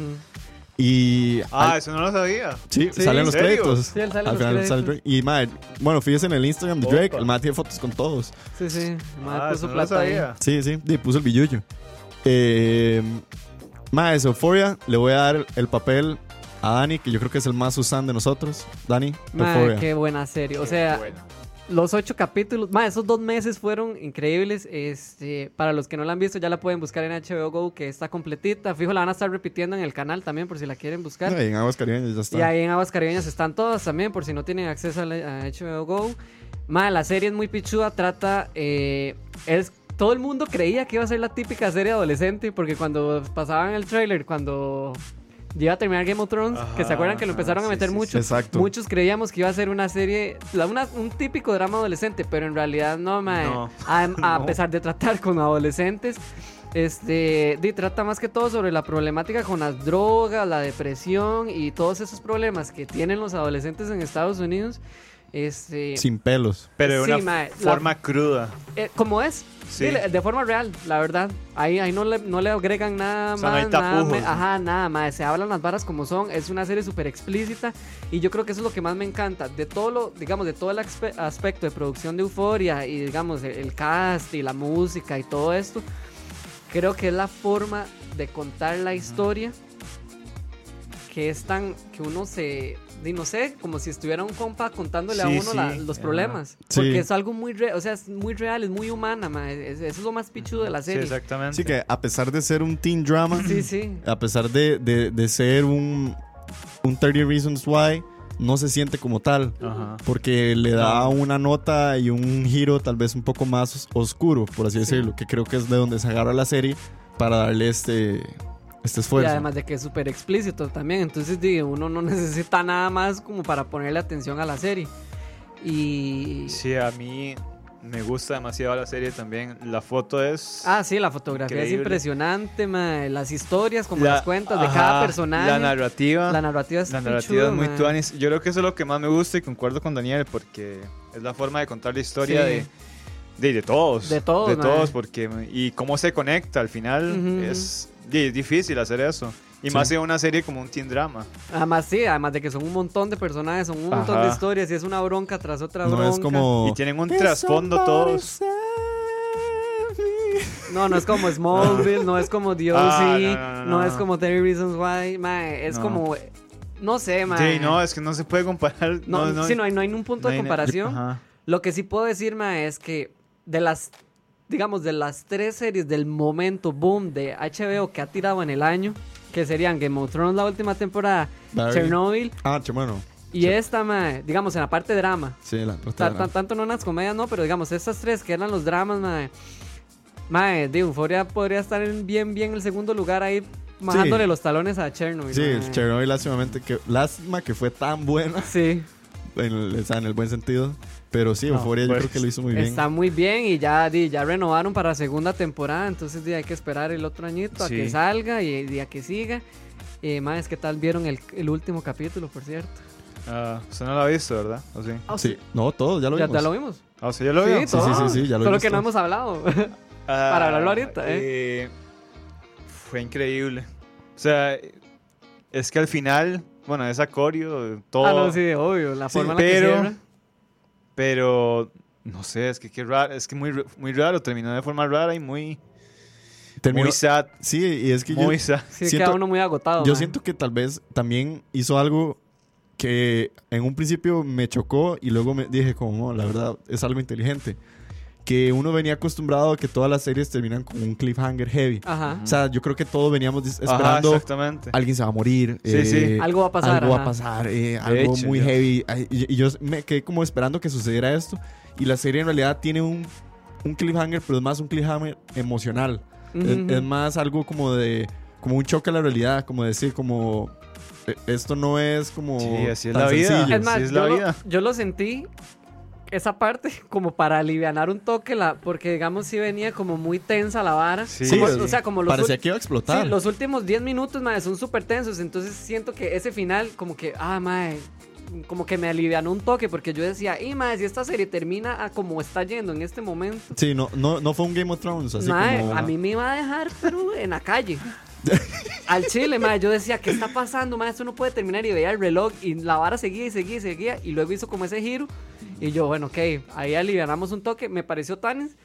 Y
Ah,
al-
eso no lo sabía.
sí,
sí,
salen
¿en
los
serio?
créditos.
Sí, él sale en
Al
los
final sale
créditos.
Drake. Y madre, bueno, fíjense en el Instagram de Drake,
Opa.
el madre tiene fotos con todos.
Sí, sí. Mae
Ah,
puso
eso no lo
plata ahí.
sabía.
Sí, sí, y puso el billullo. Eh, más Euphoria, le voy a dar el papel a Dani, que yo creo que es el más Susan de nosotros. Dani,
Mae,
Euphoria.
qué buena serie. O sea, los ocho capítulos. Mae, esos dos meses fueron increíbles. Este, para los que no la han visto, ya la pueden buscar en HBO Go, que está completita. Fijo, la van a estar repitiendo en el canal también, por si la quieren buscar.
No, y en Aguas Caribeñas ya está.
Y ahí en Aguas Caribeñas están todas también, por si no tienen acceso a, la- a HBO Go. Ma, la serie es muy pichuda, trata... eh, es, todo el mundo creía que iba a ser la típica serie adolescente, porque cuando pasaban el tráiler, cuando iba a terminar Game of Thrones, que se
Ajá,
acuerdan que lo empezaron a
sí,
meter
sí,
mucho,
Exacto.
muchos creíamos que iba a ser una serie, la- una- un típico drama adolescente, pero en realidad no, ma.
No,
a, a
no.
pesar de tratar con adolescentes, este, di, trata más que todo sobre la problemática con las drogas, la depresión y todos esos problemas que tienen los adolescentes en Estados Unidos. Este,
Sin pelos.
Pero de
Sí,
una
mae, la-
forma cruda.
eh, como es,
Sí.
Dile, de forma real, la verdad. Ahí, ahí no, le, no le agregan nada
O sea, no
más.
hay
nada
tapujos,
me-
¿no?
ajá, nada más. Se hablan las varas como son. Es una serie súper explícita. Y yo creo que eso es lo que más me encanta. De todo lo, digamos, de todo el aspe- aspecto de producción de Euforia y, digamos, el, el cast y la música y todo esto. Creo que es la forma de contar la historia que es tan. que uno se. di, No sé, como si estuviera un compa contándole a
Sí,
uno la-
sí,
los
ajá.
problemas.
Sí.
Porque es algo muy real, o sea, es muy real, es muy humana, ma. es- es- eso es lo más pichudo de la
Sí,
serie.
exactamente.
Así que a pesar de ser un teen drama,
Sí, sí.
a pesar de, de- de ser un, un 30 Reasons Why, no se siente como tal.
Ah.
Ajá.
Porque le da una nota y un giro tal vez un poco más os- oscuro, por así decirlo, que creo que es de donde se agarra la serie para darle este, este
y
esfuerzo.
además de que es súper explícito también, entonces di, uno no necesita nada más como para ponerle atención a la serie. Y...
Sí, a mí me gusta demasiado la serie también. La foto es.
Ah, sí, la fotografía es
Increíble.
impresionante, ma. las historias, como
la-
las cuentas de
ajá,
cada personaje.
La narrativa.
la narrativa es,
La narrativa
pichuda,
es muy
ma.
tuanis. Yo creo que eso es lo que más me gusta y concuerdo con Daniel porque es la forma de contar la historia
Sí.
de, de, de todos.
De todos,
De
mae.
todos, porque. Y cómo se conecta al final.
Ujú,
es, y es difícil hacer eso. Y
Sí.
más en una serie como un teen drama.
Además, sí, además de que son un montón de personajes, son un montón de
Ajá.
historias y es una bronca tras otra
no
bronca.
es como...
Y tienen un trasfondo todos.
No, no es como Smallville, no es como D.O.C.,
Ah,
no,
no, no, no, no.
es como Terry Reasons Why, mae, es
No.
como... No sé, mae.
Sí, no, es que no se puede comparar.
No,
No, no,
sí, no hay, no hay un punto
no
de
hay-
comparación.
Ajá.
Lo que sí puedo decir, mae, es que de las, digamos, de las tres series del momento boom de HBO que ha tirado en el año, que serían Game of Thrones la última temporada,
Barry.
Chernobyl
Ah, che, bueno.
y esta, mae, digamos, en la parte drama.
Sí, la
Ta- ta- tanto no en las comedias, no, pero digamos, estas tres que eran los dramas, madre. Madre, de Euforia podría estar en bien, bien el segundo lugar ahí, majándole los talones a Chernobyl.
Sí,
mae.
el Chernobyl lástimamente que lástima que fue tan buena
Sí,
en el, o sea, en el buen sentido, pero sí,
No,
Euphoria yo
pues,
creo que lo hizo muy bien.
está muy bien y ya, di, ya renovaron para segunda temporada, entonces di, hay que esperar el otro añito a que
Sí.
salga y, y a que siga. Eh, mae, es que tal vieron el, el último capítulo, por cierto.
Ah, usted no la ha visto, ¿verdad? ¿O sí?
Ah, Sí, no, todos ya lo
Ah, ya,
vimos.
ya lo vimos.
Ah, ¿sí ya lo veo.
sí, sí,
todo.
sí, ya lo
Solo
vimos
que no
todo.
hemos hablado.
Ah,
Para hablarlo ahorita,
eh, fue increíble. O sea, es que al final, bueno, es acorio, todo.
ah,
Oh.
no, sí, obvio, la
Sí,
forma en
pero-
la que cierra.
Pero no sé, es que qué raro, es que muy, r- muy raro, terminó de forma rara y muy,
Terminó-
muy sad.
Sí, y es que yo,
Muy sad.
Sí,
Siento-
queda uno muy agotado.
yo
mae.
siento que tal vez también hizo algo que en un principio me chocó y luego me dije como, "No, la verdad, es algo inteligente. Que uno venía acostumbrado a que todas las series terminan con un cliffhanger heavy.
Ajá.
O sea, yo creo que todos veníamos dis-
Ajá,
esperando
exactamente.
Ah,
alguien se va a morir. eh,
Sí, sí.
Algo va a pasar,
Algo va
ajá.
a pasar, eh, algo
hecho,
muy
yo-
heavy. Ay, Y, y yo me quedé como esperando que sucediera esto. Y la serie en realidad tiene un, un cliffhanger, pero es más un cliffhanger emocional.
Ujú,
Es-
ujú.
es, más algo como de. Como un choque a la realidad, como decir, como. eh, Esto no es como.
Sí, así es
tan
la vida.
sencillo.
Es más,
así es
yo,
la
lo,
vida.
yo lo sentí esa parte como para alivianar un toque la porque digamos si venía como muy tensa la vara.
Sí,
Como-
sí.
o sea, como los
Parecía
ul-
que iba a explotar.
sí, los últimos 10 minutos, mae, son súper tensos, entonces siento que ese final como que ah, mae, como que me alivianó un toque porque yo decía, y más, si esta serie termina a como está yendo en este momento,
Sí, no, no, no fue un Game of Thrones, así
mae,
como...
a mí me iba a dejar pero en la calle. Al chile, mae, yo decía, ¿qué está pasando? Mae, esto no puede terminar y veía el reloj y la vara seguía y seguía y seguía y luego hizo como ese giro y yo, bueno, ok, ahí alivianamos un toque, me pareció Tanis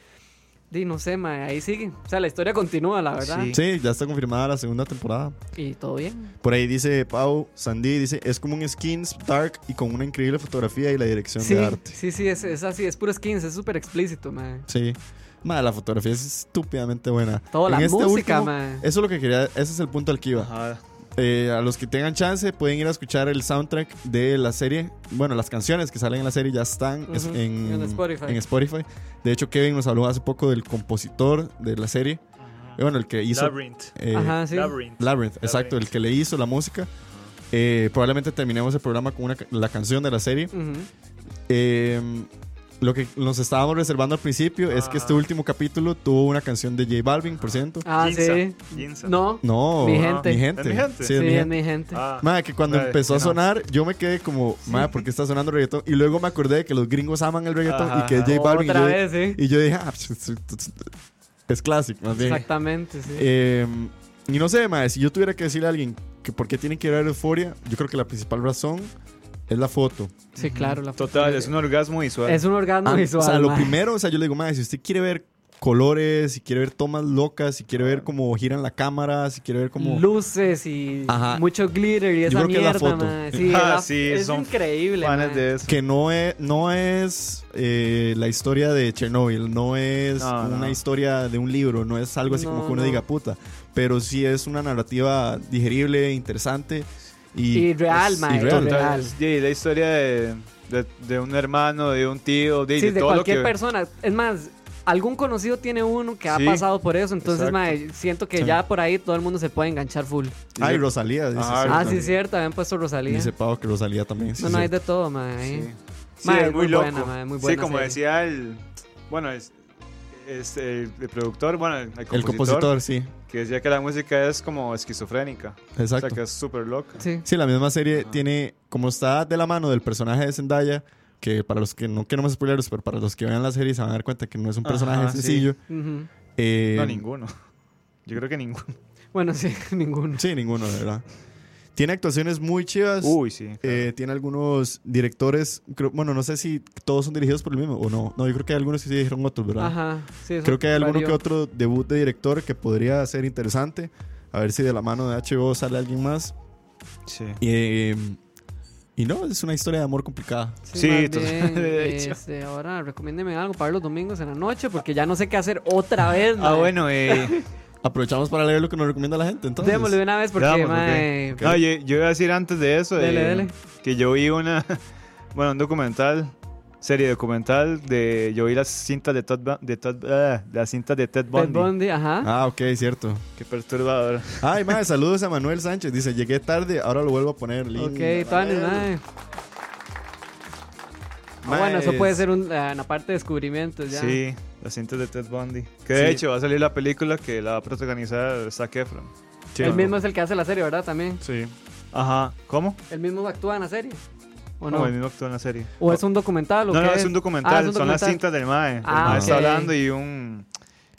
y no sé, mae, ahí sigue. O sea, la historia continúa, la verdad.
Sí.
Sí, ya está confirmada la segunda temporada.
Y todo bien.
Por ahí dice Pau Sandy, dice, es como un skins dark y con una increíble fotografía y la dirección
Sí,
de arte.
sí, sí, es, es así, es puro skins, es súper explícito, mae.
Sí. Madre, la fotografía es estúpidamente buena.
Toda la
En este
música,
último,
mae.
Eso es lo que quería, ese es el punto al que iba.
Ajá.
Eh, a los que tengan chance pueden ir a escuchar el soundtrack de la serie. Bueno, las canciones que salen en la serie ya están es-
Ujú,
en,
en Spotify.
en Spotify. De hecho, Kevin nos habló hace poco del compositor de la serie. Eh, bueno, el que hizo...
Labyrinth.
eh,
Ajá, sí.
Labyrinth.
Labyrinth, exacto, el
Labyrinth.
que le hizo la música. Eh, probablemente terminemos el programa con una ca- la canción de la serie.
Ujú.
Eh, lo que nos estábamos reservando al principio es que este último capítulo tuvo una canción de J Balvin, por ciento.
Ah,
Ginza,
sí.
Ginza.
No,
No,
Mi gente.
mi gente.
¿Es mi gente?
Sí,
sí,
es mi
es
gente.
mi gente.
Ah,
Madre, que cuando
Madre,
empezó a
no.
sonar, yo me quedé como, madre, ¿por qué está sonando reggaetón? Y luego me acordé de que los gringos aman el reggaetón
Ajá,
y que es J Balvin. y
Otra
yo-
vez, sí.
Y yo dije, ah, es clásico, más bien.
Exactamente, sí.
Eh, y no sé, mae, si yo tuviera que decirle a alguien que por qué tienen que ver Euforia, yo creo que la principal razón es la foto.
sí, claro. La
Total, es un orgasmo visual.
Es un orgasmo
Ah,
visual.
o sea, lo
ma.
primero, o sea, yo le digo, mae, si usted quiere ver colores, si quiere ver tomas locas, si quiere ver cómo giran la cámara, si quiere ver cómo...
Luces y
Ajá.
mucho glitter y esa
creo que es la
mierda,
foto.
ma. Sí,
Ah,
la-
sí,
es
son
increíble. ma.
Fanes de eso.
Que no es, no es eh, la historia de Chernobyl, no es
No,
una
no.
historia de un libro, no es algo así como
No,
que uno
no.
diga puta, pero sí es una narrativa digerible, interesante y, pues,
Y real, mae,
y real.
total.
Total, sí, la historia de, de- de un hermano, de un tío, de,
Sí,
de
de
todo lo
cualquier
que...
persona. Es más, algún conocido tiene uno que ha
Sí.
pasado por eso. Entonces,
Exacto.
ma, siento que
Sí.
ya por ahí todo el mundo se puede enganchar full.
Ay, Rosalía, dice.
Ah,
sí,
Ah,
también.
sí, cierto. Habían puesto Rosalía.
Dice Pau que Rosalía también. sí,
no, no,
sí.
hay de todo, ma. ahí.
Sí, Sí,
Mae,
es
¿eh? es
muy
muy
loco.
buena, mae, muy
sí,
buena
como
serie.
decía el... Bueno, es, es el, el productor, bueno, el, el
El compositor, sí.
Que decía que la música es como esquizofrénica. O sea,
Exacto.
que Ah. es súper loca.
Sí.
Sí, la misma serie tiene, como está de la mano del personaje de Zendaya, que para los que no queremos spoileros, pero para los que vean la serie se van a dar cuenta que no es un
Ajá,
personaje
sí.
sencillo.
Ujú.
Eh,
No, ninguno. Yo creo que ninguno.
Bueno, sí, ninguno.
Sí, ninguno, de verdad. Tiene actuaciones muy chivas.
Uy, sí. claro.
Eh, tiene algunos directores, creo- bueno, no sé si todos son dirigidos por el mismo o no. No, yo creo que hay algunos que sí dijeron otros, ¿verdad?
Ajá. Sí, eso
Creo que hay alguno
varió.
que otro debut de director que podría ser interesante. A ver si de la mano de HBO sale alguien más.
sí.
Eh, y no, es una historia de amor complicada.
Sí,
más
total-
bien,
de hecho.
este, ahora recomiéndeme algo para ver los domingos en la noche porque ya no sé qué hacer otra vez.
Ah,
mae.
bueno, eh...
Aprovechamos para leer lo que nos recomienda la gente, entonces.
Démosle de una vez porque,
Veamos,
mae,
No, yo, yo iba a decir antes de eso eh,
Dele, dele.
que yo vi una, bueno, un documental, serie documental de, yo vi las cintas de Ted, Ba- de Ted- ah, las cintas de Ted Bundy.
Ted Bundy, ajá.
Ah, ok, cierto.
Qué perturbador.
Ay, madre, saludos a Manuel Sánchez. Dice, llegué tarde, ahora lo vuelvo a poner.
ok,
Linda,
Tony,
Manuel.
mae. Ah,
Mae,
bueno, eso puede
es-
ser un- eh, una parte de descubrimientos Pues ya.
Sí, las cintas de Ted Bundy. Que de
Sí.
hecho va a salir la película que la va a protagonizar Zac Efron.
el mismo es el que hace la serie, ¿verdad? También.
Sí.
Ajá, ¿cómo?
El mismo actúa en la serie. ¿O
Como
no?
el mismo actor en la serie.
¿O es un documental? ¿o
pues, No,
qué
no, es un documental,
Ah, es un
son las
documental.
cintas del MAE. El
Ah,
MAE está
ok.
hablando y un, un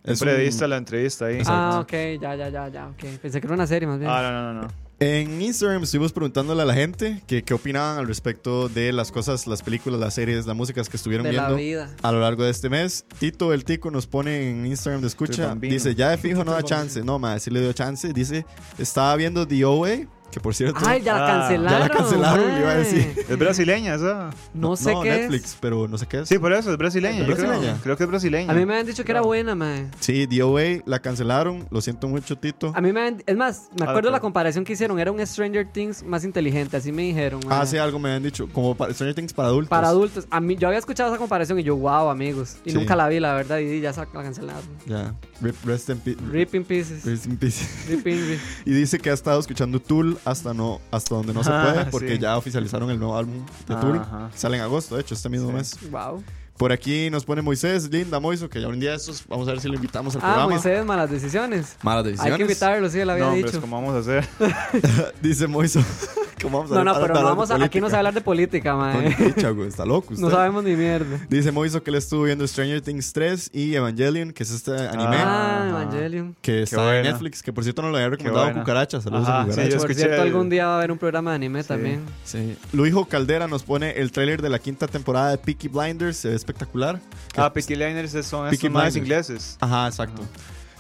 Es un-
periodista la entrevista ahí.
Ah, ok, ya, ya, ya, ya. ok. Pensé que era una serie más bien.
Ah, no, no, no. no.
En Instagram estuvimos preguntándole a la gente que qué opinaban al respecto de las cosas, las películas, las series, las músicas que estuvieron
de la
viendo
vida.
a lo largo de este mes. Tito el Tico nos pone en Instagram de
Tito el
escucha.
Bambino.
Dice, ya de fijo no da chance. No, madre, sí le dio chance. Dice, estaba viendo The OA, que por cierto...
Ay, ya la
Ah,
cancelaron.
ya la cancelaron,
mae.
le iba a decir.
Es brasileña esa.
No sé qué es.
Netflix, pero no sé qué es.
Sí, pues. por eso, es brasileña.
¿Es
yo creo.
brasileña?
Creo. que es brasileña.
A mí me habían dicho que era buena, mae.
Sí, The OA la cancelaron. Lo siento mucho, Tito.
A mí me habían- Es más, me
Ah,
acuerdo
ok.
la comparación que hicieron. Era un Stranger Things más inteligente, así me dijeron. mae.
Ah, pues. sí, algo me habían dicho. Como para Stranger Things para adultos.
Para adultos. A mí, yo había escuchado esa comparación y yo, wow, amigos. Y
Sí.
nunca la vi, la verdad, y ya sa- la cancelaron.
Ya. Rip- Rest in peace.
Rip in pieces.
Rest in peace.
Rip in ri-
Y dice que ha estado escuchando Tool hasta, no, hasta donde no se
Ah,
puede, porque
sí.
ya oficializaron el nuevo álbum de Tool.
Ajá.
Sale en agosto, de hecho, este mismo
Sí.
mes.
Wow.
Por aquí nos pone Moisés, Linda Moiso, que ya un día de estos vamos a ver si lo invitamos al
Ah,
programa.
Moisés, malas decisiones.
Malas
Hay
decisiones.
que invitarlo, sí, lo había
no, hombre,
dicho.
¿cómo vamos a hacer?
dice Moiso ¿Cómo vamos a
No, no,
hablar
pero
de
no vamos a,
política?
aquí no se va a hablar de política, mae.
Con dicha, güey, está loco usted.
No sabemos ni mierda.
Dice Moiso que él estuvo viendo Stranger Things 3 y Evangelion, que es este anime
Ah, Evangelion.
que está en
buena.
Netflix, que por cierto no lo había recomendado a
buena.
Cucaracha. Saludos
Ajá,
a
sí,
Cucaracha.
yo
Por
escuché
cierto,
el-
algún día va a haber un programa de anime también.
Sí. Luijo Caldera nos pone el tráiler de la quinta temporada de Peaky Blinders, se ve espectacular.
Ah, Peaky Liners son
Peaky
estos más
Blinders.
ingleses.
Ajá, exacto.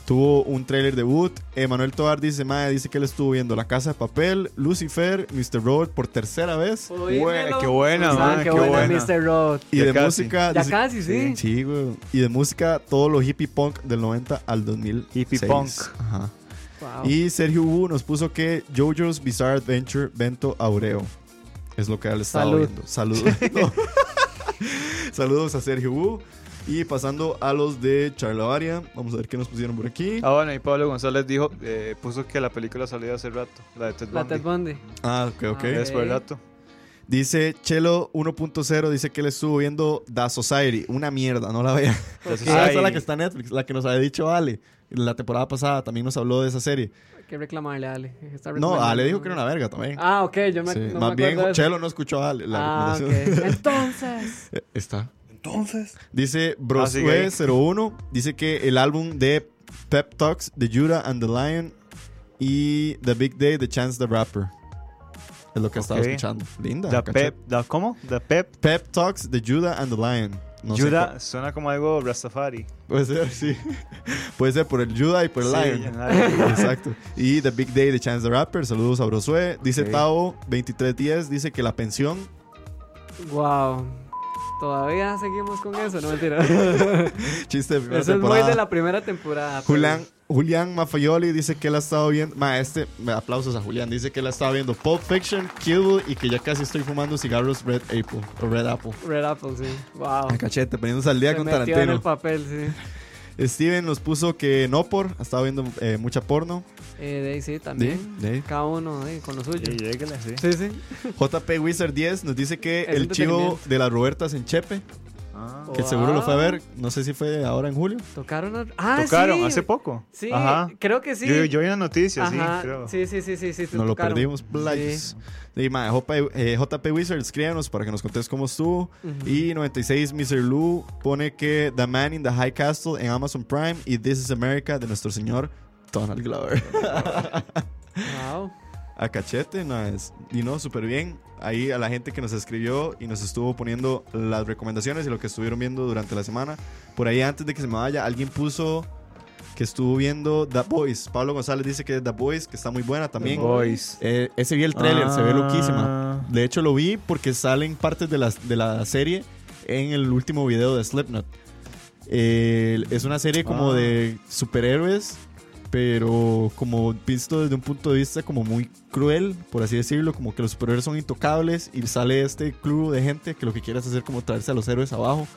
Tuvo un tráiler debut. Emanuel Tovar dice, "Mae, dice que él estuvo viendo La Casa de Papel, Lucifer, Mr. Robot por tercera vez.
Güey, qué buena,
Ah,
man,
qué
qué
buena,
buena.
Mr. Road.
Y
Oh, Ya
de
casi.
música...
Ya
dice-
casi, sí.
Sí, güey. Y de música, todo lo hippie punk del 90 al 2000.
Hippie punk.
Ajá.
Wow.
Y Sergio Wu nos puso que JoJo's Bizarre Adventure Vento Aureo. Es lo que él estaba
Salud.
viendo. Saludos. No. Saludos a Sergio Wu. Y pasando a los de Charlavaria. Vamos a ver qué nos pusieron por aquí.
Ah, bueno, y Pablo González dijo, eh, puso que la película salió hace rato, la de Ted
La Ted
Bundy.
Bundy.
Ah, ok, ok.
Ah,
Es por el rato.
Dice Chelo 1.0. Dice que él estuvo viendo The Society. Una mierda, no la vea. Ah, esa es la que está en Netflix. La que nos había dicho Ale. La temporada pasada también nos habló de esa serie.
Hay que reclamarle a Ale. Está
No,
recomendando,
Ale dijo que era una verga también.
Ah, ok, yo me,
Sí,
no
Más
me
bien,
acuerdo de eso.
Chelo no escuchó a Ale. La
Ah, ok.
recomendación.
Entonces.
Eh, Está.
Entonces,
Dice
sigue ahí.
Brosue01. Dice que el álbum de Pep Talks, The Judah and the Lion y The Big Day, The Chance the Rapper. Es lo que estaba
Ok.
escuchando. Linda.
The
caché.
Pep, the- ¿cómo? The Pep.
Pep Talks, The Judah and the Lion. No sé
Judah suena como algo Rastafari.
cuál- Puede ser, sí. Puede ser por el Judah y por el
Sí,
Lion.
ya.
Exacto. Y The Big Day, The Chance the Rapper. Saludos a Brosue. Dice Tao 2310. Dice que la pensión.
Wow. Todavía seguimos con eso, no mentira. eso
Chiste de primera
es
temporada.
muy de la primera temporada. pues. pero-
Julián, Julián Mafayoli dice que él ha estado viendo. Ma, este, me aplausos a Julián. Dice que él ha estado viendo Pulp Fiction, Kill Bill y que ya casi estoy fumando cigarros Red Apple. O Red Apple.
Red Apple, sí. Wow.
A Ah, cachete, poniéndose al día
Se
con
metió en el
Tarantino.
papel, sí.
Steven nos puso que no por. Ha estado viendo eh, mucha porno.
Eh, de ahí sí, también.
Sí, de ahí.
Cada uno eh, con lo suyo.
Y lléguele, sí.
Sí, sí.
JP Wizard 10 nos dice que
Es
el chivo
entretenimiento.
de las Robertas en Chepe,
Ah.
que seguro lo fue a
Wow.
ver. No sé si fue ahora en julio.
Tocaron. a- Ah,
Tocaron
sí.
hace poco.
Sí,
Ajá.
creo que sí.
Yo, yo vi una noticia,
Ajá.
sí, creo.
sí, sí, sí, sí, sí,
Nos lo
tocaron.
perdimos, playas. Sí, ma, JP, eh, JP Wizard, escríbanos para que nos contes cómo estuvo.
Ujú.
Y 96 Mr. Lou pone que The Man in the High Castle en Amazon Prime y This is America de nuestro señor Donald Glover.
Wow.
a cachete, no es. Y no, súper bien. Ahí a la gente que nos escribió y nos estuvo poniendo las recomendaciones y lo que estuvieron viendo durante la semana. Por ahí antes de que se me vaya, alguien puso que estuvo viendo The Boys. Pablo González dice que The Boys, que está muy buena también.
Boys.
Eh, ese vi el trailer, se ve
Ah.
loquísima. De hecho, lo vi porque salen partes de la, de la serie en el último video de Slipknot. Eh, es una serie como
Ah.
de superhéroes, pero como visto desde un punto de vista como muy cruel, por así decirlo, como que los superhéroes son intocables y sale este club de gente que lo que quiere es hacer como traerse a los héroes abajo.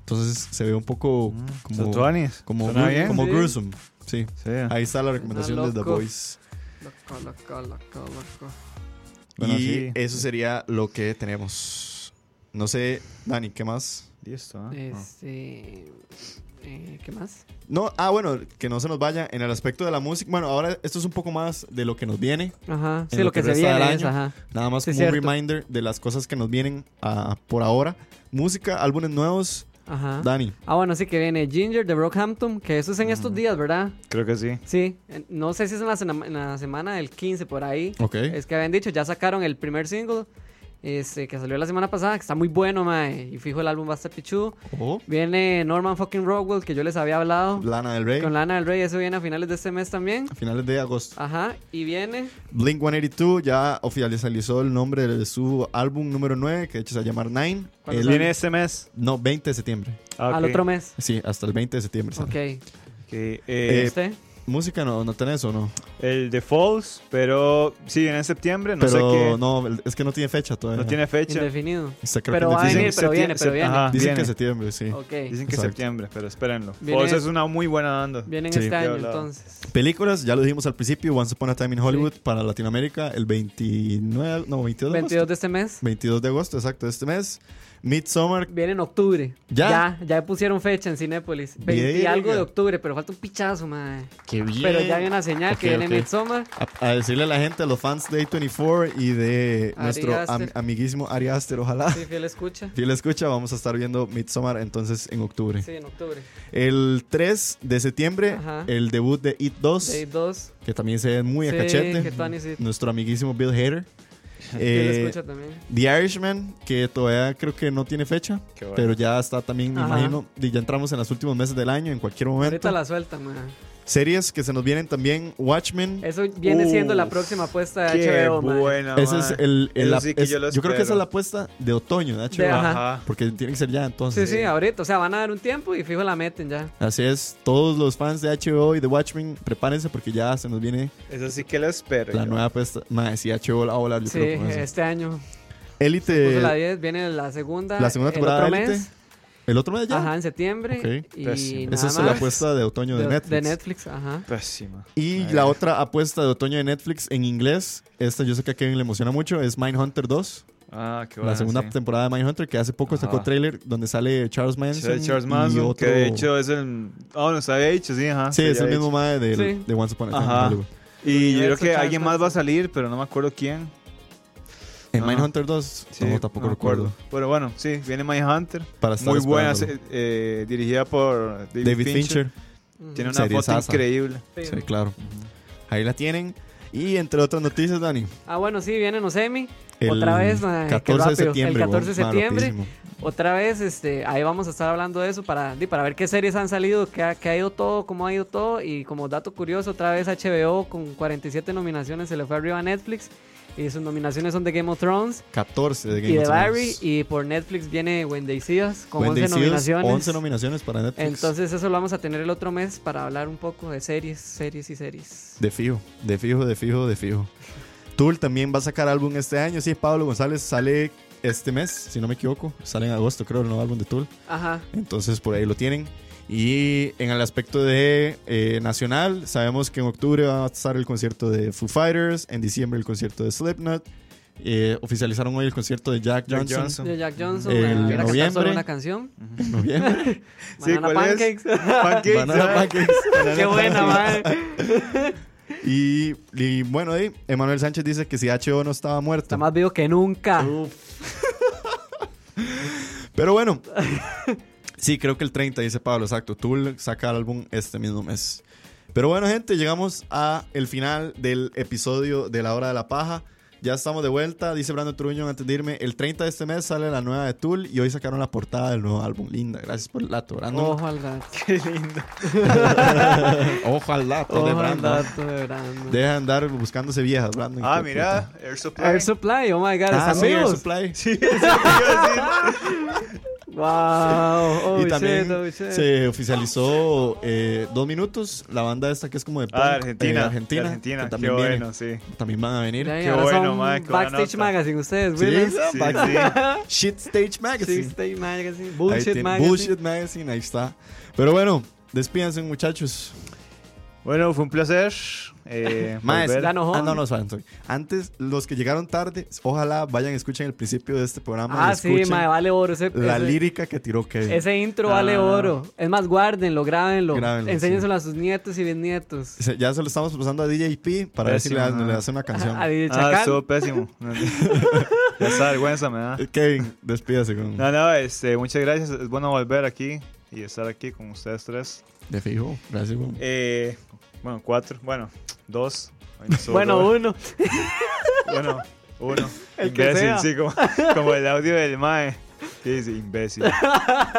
Entonces se ve un poco como,
Sotuanis.
como,
Mm, Suena
gru-
bien. Ah.
como
Sí.
gruesome. Sí.
Sí.
Ahí está la recomendación de The
loco.
Boys.
Loco, loco, loco, loco.
Ah,
Bueno,
y
sí.
eso sería lo que tenemos. No sé, Dani, ¿qué más?
Y esto, ¿ah?
Este. eh, ¿Qué más?
No, ah, bueno, que no se nos vaya en el aspecto de la música. Bueno, ahora esto es un poco más de lo que nos viene.
Ajá. Sí,
lo
lo
que
que, se
resta del
viene es,
año.
ajá.
Nada más
Sí,
como un
cierto.
reminder de las cosas que nos vienen ah, por ahora. Música, álbumes nuevos.
Ajá.
Dani,
Ah, bueno, sí que viene Ginger de Brockhampton, que eso es en
Mm.
estos días, ¿verdad?
Ah. Creo que sí. Eh,
Sí, en- no sé si es en la, sena- en la semana del 15 por ahí.
ok.
Es que habían dicho, ya sacaron el primer single este, que salió la semana pasada, que está muy bueno, mae. Y fijo, el álbum va a estar pichudo.
Ojo.
Viene Norman fucking Rockwell, que yo les había hablado.
Lana del Rey,
Con Lana del Rey, eso viene a finales de este mes también.
a finales de agosto.
Ajá, y viene.
Blink 182 ya oficializó el nombre de su álbum número 9, que de hecho se va a llamar Nine.
¿Cuándo
El-
sale?
Viene este mes.
no, 20 de septiembre.
Ah,
Al
ok.
otro mes.
Sí, hasta el 20 de septiembre. sale.
Ok.
Ok, eh,
¿Usted?
Música no, no tenés o no.
el de Falls, pero sí, viene en septiembre. No
pero
sé qué. No,
no, es que no tiene fecha todavía.
tiene fecha.
Indefinido.
Está creo
Pero
que
va a
dicen,
venir, pero
septiembre-
viene, pero
sept-
viene.
ajá.
dicen
viene.
que septiembre, sí.
Ok.
Dicen que
Exacto.
septiembre, pero espérenlo.
Viene-
Falls es una muy buena banda.
Vienen
Sí.
este
Ya
año,
hablaba.
entonces.
Películas, ya lo dijimos al principio, Once Upon a Time in Hollywood para Latinoamérica el 29, no, 22 de
22
agosto.
de este mes.
22 de agosto, exacto, de este mes. Midsommar,
Viene en octubre.
Ya.
Ya, ya pusieron fecha en Cinépolis. 20 y
Verga.
algo de octubre, pero falta un pichazo, madre.
qué bien.
Pero ya hay una señal
Ok,
que viene
ok.
Mehmet Soma.
A, a decirle a la gente, a los fans de A24 y de
Ari
nuestro am-
Aster.
amiguísimo Ari Aster, ojalá.
Sí, fiel escucha.
Si le escucha, vamos a estar viendo Midsommar entonces en octubre.
Sí, en octubre.
El 3 de septiembre,
Ajá.
el debut de It 2,
Day 2.
que también se ve muy
Sí,
a cachete. Eh,
que Tony sí.
Nuestro amiguísimo Bill Hader.
Fiel
Eh,
escucha también.
The Irishman, que todavía creo que no tiene fecha,
Qué bueno.
pero ya está también, me
Ajá.
imagino, y ya entramos en los últimos meses del año, en cualquier momento.
Ahorita la suelta, man.
Series que se nos vienen también, Watchmen.
Eso viene siendo la
Uf,
próxima apuesta de
Qué
HBO, man.
buena,
Ese es
mae.
el, el-
Eso
la-
sí que
es-
yo lo
creo que esa es
espero.
la apuesta de otoño, de HBO,
De- ajá.
Ajá.
porque tiene que ser ya entonces.
Sí, sí, ahorita. O sea, van a dar un tiempo y fijo la meten ya.
Así es, todos los fans de HBO y de Watchmen, prepárense porque ya se nos viene
Eso sí que lo espero.
la
yo.
nueva apuesta. Madre, si HBO la va a volar, yo
Sí,
creo con eso.
este año. Puso
Élite,
la 10, viene la segunda.
la segunda temporada de
el otro
Élite.
mes.
el otro mes ya.
Ajá, en septiembre.
Ok. Pues
Y
Pésimo.
nada
Esa es
más.
la apuesta de otoño de, Netflix.
De Netflix, ajá.
Pésima.
Y
Ay.
la otra apuesta de otoño de Netflix en inglés, esta yo sé que a Kevin le emociona mucho, es Mindhunter 2,
Ah, qué bueno.
la segunda temporada de Mindhunter, que hace poco sacó
Ajá.
trailer donde sale Charles Manson.
Charles
y
Manson,
otro...
que de hecho es el. Ah, no, se había dicho, sí, ajá.
Sí,
se
es el
había
mismo madre de,
Sí.
de Once Upon a Time
Ajá.
en Hollywood.
dicho. Y yo creo
Universo
que
Charles
alguien más va a salir, pero no me acuerdo quién.
En
Ajá.
Eh, Mindhunter 2,
Sí,
no, tampoco
me
recuerdo.
Pero bueno, sí, viene My Hunter.
Para estar
Muy buena,
esperándolo.
se- eh, dirigida por David,
David
Fincher.
Fincher.
Tiene una
Serie
foto
sasa.
increíble.
Sí.
Sí, claro. Ahí la tienen. Y entre otras noticias, Dani.
Ah, bueno, sí, vienen Osemi.
El
Otra vez, ma, qué
14 de
rápido. El
septiembre.
14 de
weón, ma,
septiembre.
rapidísimo.
Otra vez, este, ahí vamos a estar hablando de eso para, di, para ver qué series han salido, qué ha, qué ha ido todo, cómo ha ido todo. Y como dato curioso, otra vez HBO con 47 nominaciones se le fue arriba a Netflix. Y sus nominaciones son de Game of Thrones
14 de Game
y de
of Thrones.
Barry. Y por Netflix viene Wendy Seas con
Wendy
11
Seals,
nominaciones.
11 nominaciones para Netflix.
Entonces eso lo vamos a tener el otro mes para hablar un poco de series, series y series.
De fijo, de fijo, de fijo, de fijo. Tool también va a sacar álbum este año. Sí, Pablo González sale este mes, si no me equivoco. Sale en agosto, creo, el nuevo álbum de Tool.
Ajá.
Entonces por ahí lo tienen. Y en el aspecto de eh, nacional, sabemos que en octubre va a estar el concierto de Foo Fighters, en diciembre el concierto de Slipknot. Eh, oficializaron hoy el concierto de Jack
Jack
Johnson.
Johnson.
De Jack Johnson,
El
ma, era cantar solo
noviembre.
una canción.
en noviembre.
Sí,
Banana
¿cuál es?
Pancakes.
Pancakes,
Banana
ah.
Pancakes.
Qué buena, madre.
Y, y bueno, ahí, Emanuel Sánchez dice que si HO no estaba muerto.
Está más vivo que nunca.
Pero bueno. sí, creo que el 30, dice Pablo, exacto. Tool saca el álbum este mismo mes. Pero bueno, gente, llegamos a el final del episodio de La Hora de la Paja. Ya estamos de vuelta, dice Brando Truño antes de irme. El 30 de este mes sale la nueva de Tool y hoy sacaron la portada del nuevo álbum. Linda, gracias por el dato, Brando.
Ojo al gato.
Ojo al dato de
Ojo al
Brando.
dato de Brando.
Deja de andar buscándose viejas, Brando.
Ah,
Hijo de puta.
mira, Air Supply.
Air Supply, oh my god,
Ah,
están
sí, Air
vivos.
Supply.
Wow, oh
y también
shit, oh shit.
se oficializó eh, dos minutos la banda esta que es como de punk,
Ah, Argentina.
eh,
Argentina.
Argentina, que
qué
también viene.
bueno, sí.
también van a venir
Ya, y
qué
ahora
bueno,
son
Mike, buena
Backstage
nota.
Magazine, ustedes,
Sí,
Willis.
sí, sí. Shit Stage Magazine
Backstage Magazine,
Ahí
Bullshit
tiene-
Magazine.
Bullshit Magazine, ahí está pero bueno despídanse muchachos
Bueno, fue un placer. Eh,
Maes,
volver.
ya no jodan.
ah, no, no, saben, sorry. antes los que llegaron tarde ojalá vayan escuchen el principio de este programa y
Ah, sí,
escuchen
mae, vale oro. Ese,
la
ese-
lírica que tiró Kevin
ese intro vale oro. Es más, guárdenlo, grábenlo.
Grábenlo,
Enséñenselo a sus nietos y bisnietos.
Se- ya se lo estamos pasando a DJP para ver si le,
Pésimo,
le
ah.
hace una canción
A DJ
Ah,
Chacal.
estuvo pésimo. Esa vergüenza me da.
Eh, Kevin despídase con
No, no, este, muchas gracias. Es bueno volver aquí y estar aquí con ustedes tres.
de fijo gracias güey.
Eh, bueno, cuatro. Bueno, dos. Ay, no soy
bueno,
dos.
uno.
Bueno, uno.
El que
imbécil,
sea.
sí, como, como el audio del Mae. Que dice imbécil.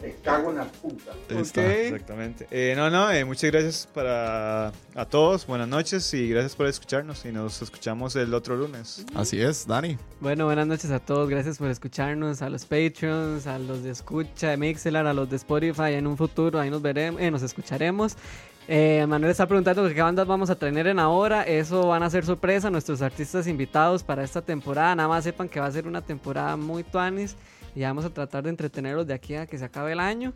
Te cago en la puta.
Ahí está.
Exactamente. Eh, no, no, eh, muchas gracias para a todos. Buenas noches y gracias por escucharnos. Y nos escuchamos el otro lunes.
Así es, Dani.
Bueno, buenas noches a todos. Gracias por escucharnos, a los Patreons, a los de Escucha, de Mixelar, a los de Spotify. En un futuro ahí nos veremos, eh, nos escucharemos. Eh, Manuel está preguntando que qué bandas vamos a tener en ahora. Eso van a ser sorpresa. Nuestros artistas invitados para esta temporada. Nada más sepan que va a ser una temporada muy tuanis. Y vamos a tratar de entretenerlos de aquí a que se acabe el año.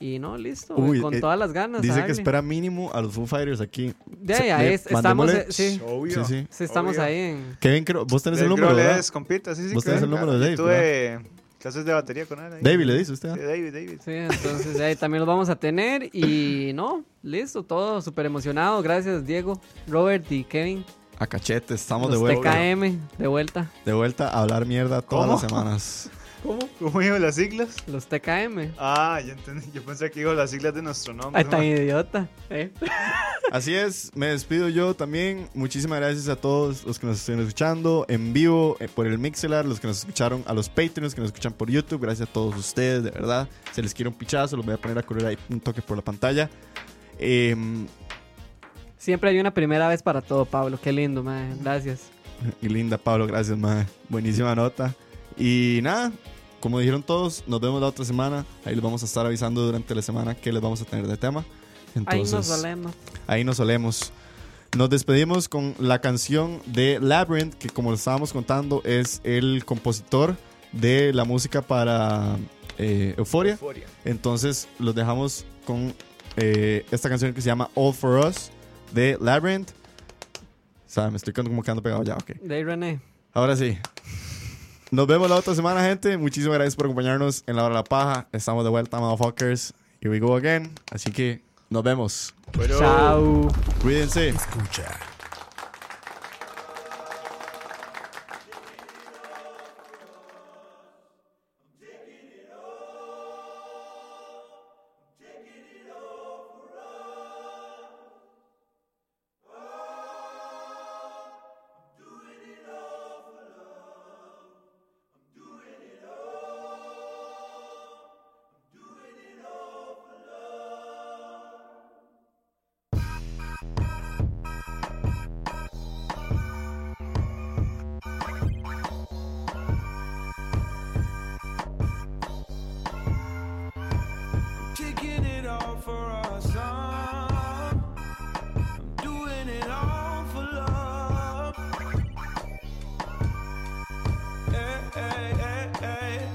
Y no, listo.
Uy,
con
eh,
todas las ganas.
Dice que
darle.
espera mínimo a los Foo Fighters aquí.
Ya,
Se-
ya,
le-
es- estamos,
mandémosle-
eh, sí,
Obvio.
Sí, sí.
sí, estamos
Obvio.
ahí en...
Kevin, creo- vos tenés el
Del
número,
Groles,
¿verdad?
compita, sí, sí.
Vos tenés
claro,
el número de
claro. Yo
Dave,
¿eh? tuve Clases de batería con él. ahí.
David le dice usted.
Sí,
¿ah?
David, David.
Sí, entonces ahí también los vamos a tener. Y no, listo, todo súper emocionado. Gracias, Diego, Robert y Kevin.
A cachete, estamos de
Los
vuelta.
TKM, de vuelta.
De vuelta a hablar mierda todas
¿Cómo?
las semanas.
¿Cómo? ¿Cómo dijo las siglas?
Los TKM.
Ah, ya entendí. Yo pensé que dijo las siglas de nuestro nombre.
Ay, tan
ma.
idiota. ¿eh?
Así es, me despido yo también. Muchísimas gracias a todos los que nos estén escuchando en vivo eh, por el Mixelar, los que nos escucharon a los Patreons, que nos escuchan por YouTube. Gracias a todos ustedes, de verdad. Se les quiere un pichazo, los voy a poner a correr ahí un toque por la pantalla. Em,
Siempre hay una primera vez para todo, Pablo. Qué lindo, man. Gracias.
Y linda, Pablo, gracias, madre. Buenísima nota. Y nada, como dijeron todos, nos vemos la otra semana. Ahí les vamos a estar avisando durante la semana que les vamos a tener de tema.
Ahí
Entonces,
nos solemos.
ahí nos solemos. Nos despedimos con la canción de Labyrinth, que como les estábamos contando, es el compositor de la música para eh, Euphoria.
Euforia.
Entonces los dejamos con eh, esta canción que se llama All for Us de Labyrinth. O sea, me estoy como quedando pegado ya, ok.
De ahí, René.
Ahora sí. Nos vemos la otra semana, gente. Muchísimas gracias por acompañarnos en la hora de la paja. Estamos de vuelta, motherfuckers. Here we go again. Así que nos vemos.
Pero-
Chao.
Cuídense.
Escucha.
Kicking it all for us. I'm I'm doing it all for love. Hey, hey, hey, hey.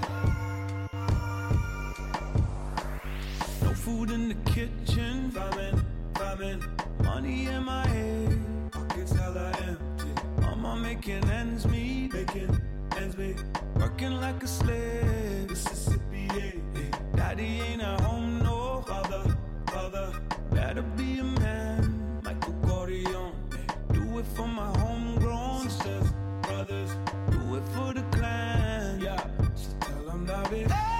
No food in the kitchen. Ramen, ramen. Money in my head. Pockets hella empty. Mama making ends meet. Making ends meet. Working like a slave. Mississippi, yeah, yeah. Daddy ain't at home, no. Father, father. Better be a man. Michael Corleone. yeah. Do it for my homegrown sisters, brothers. Do it for the clan. Yeah. So tell 'em that it. Eh,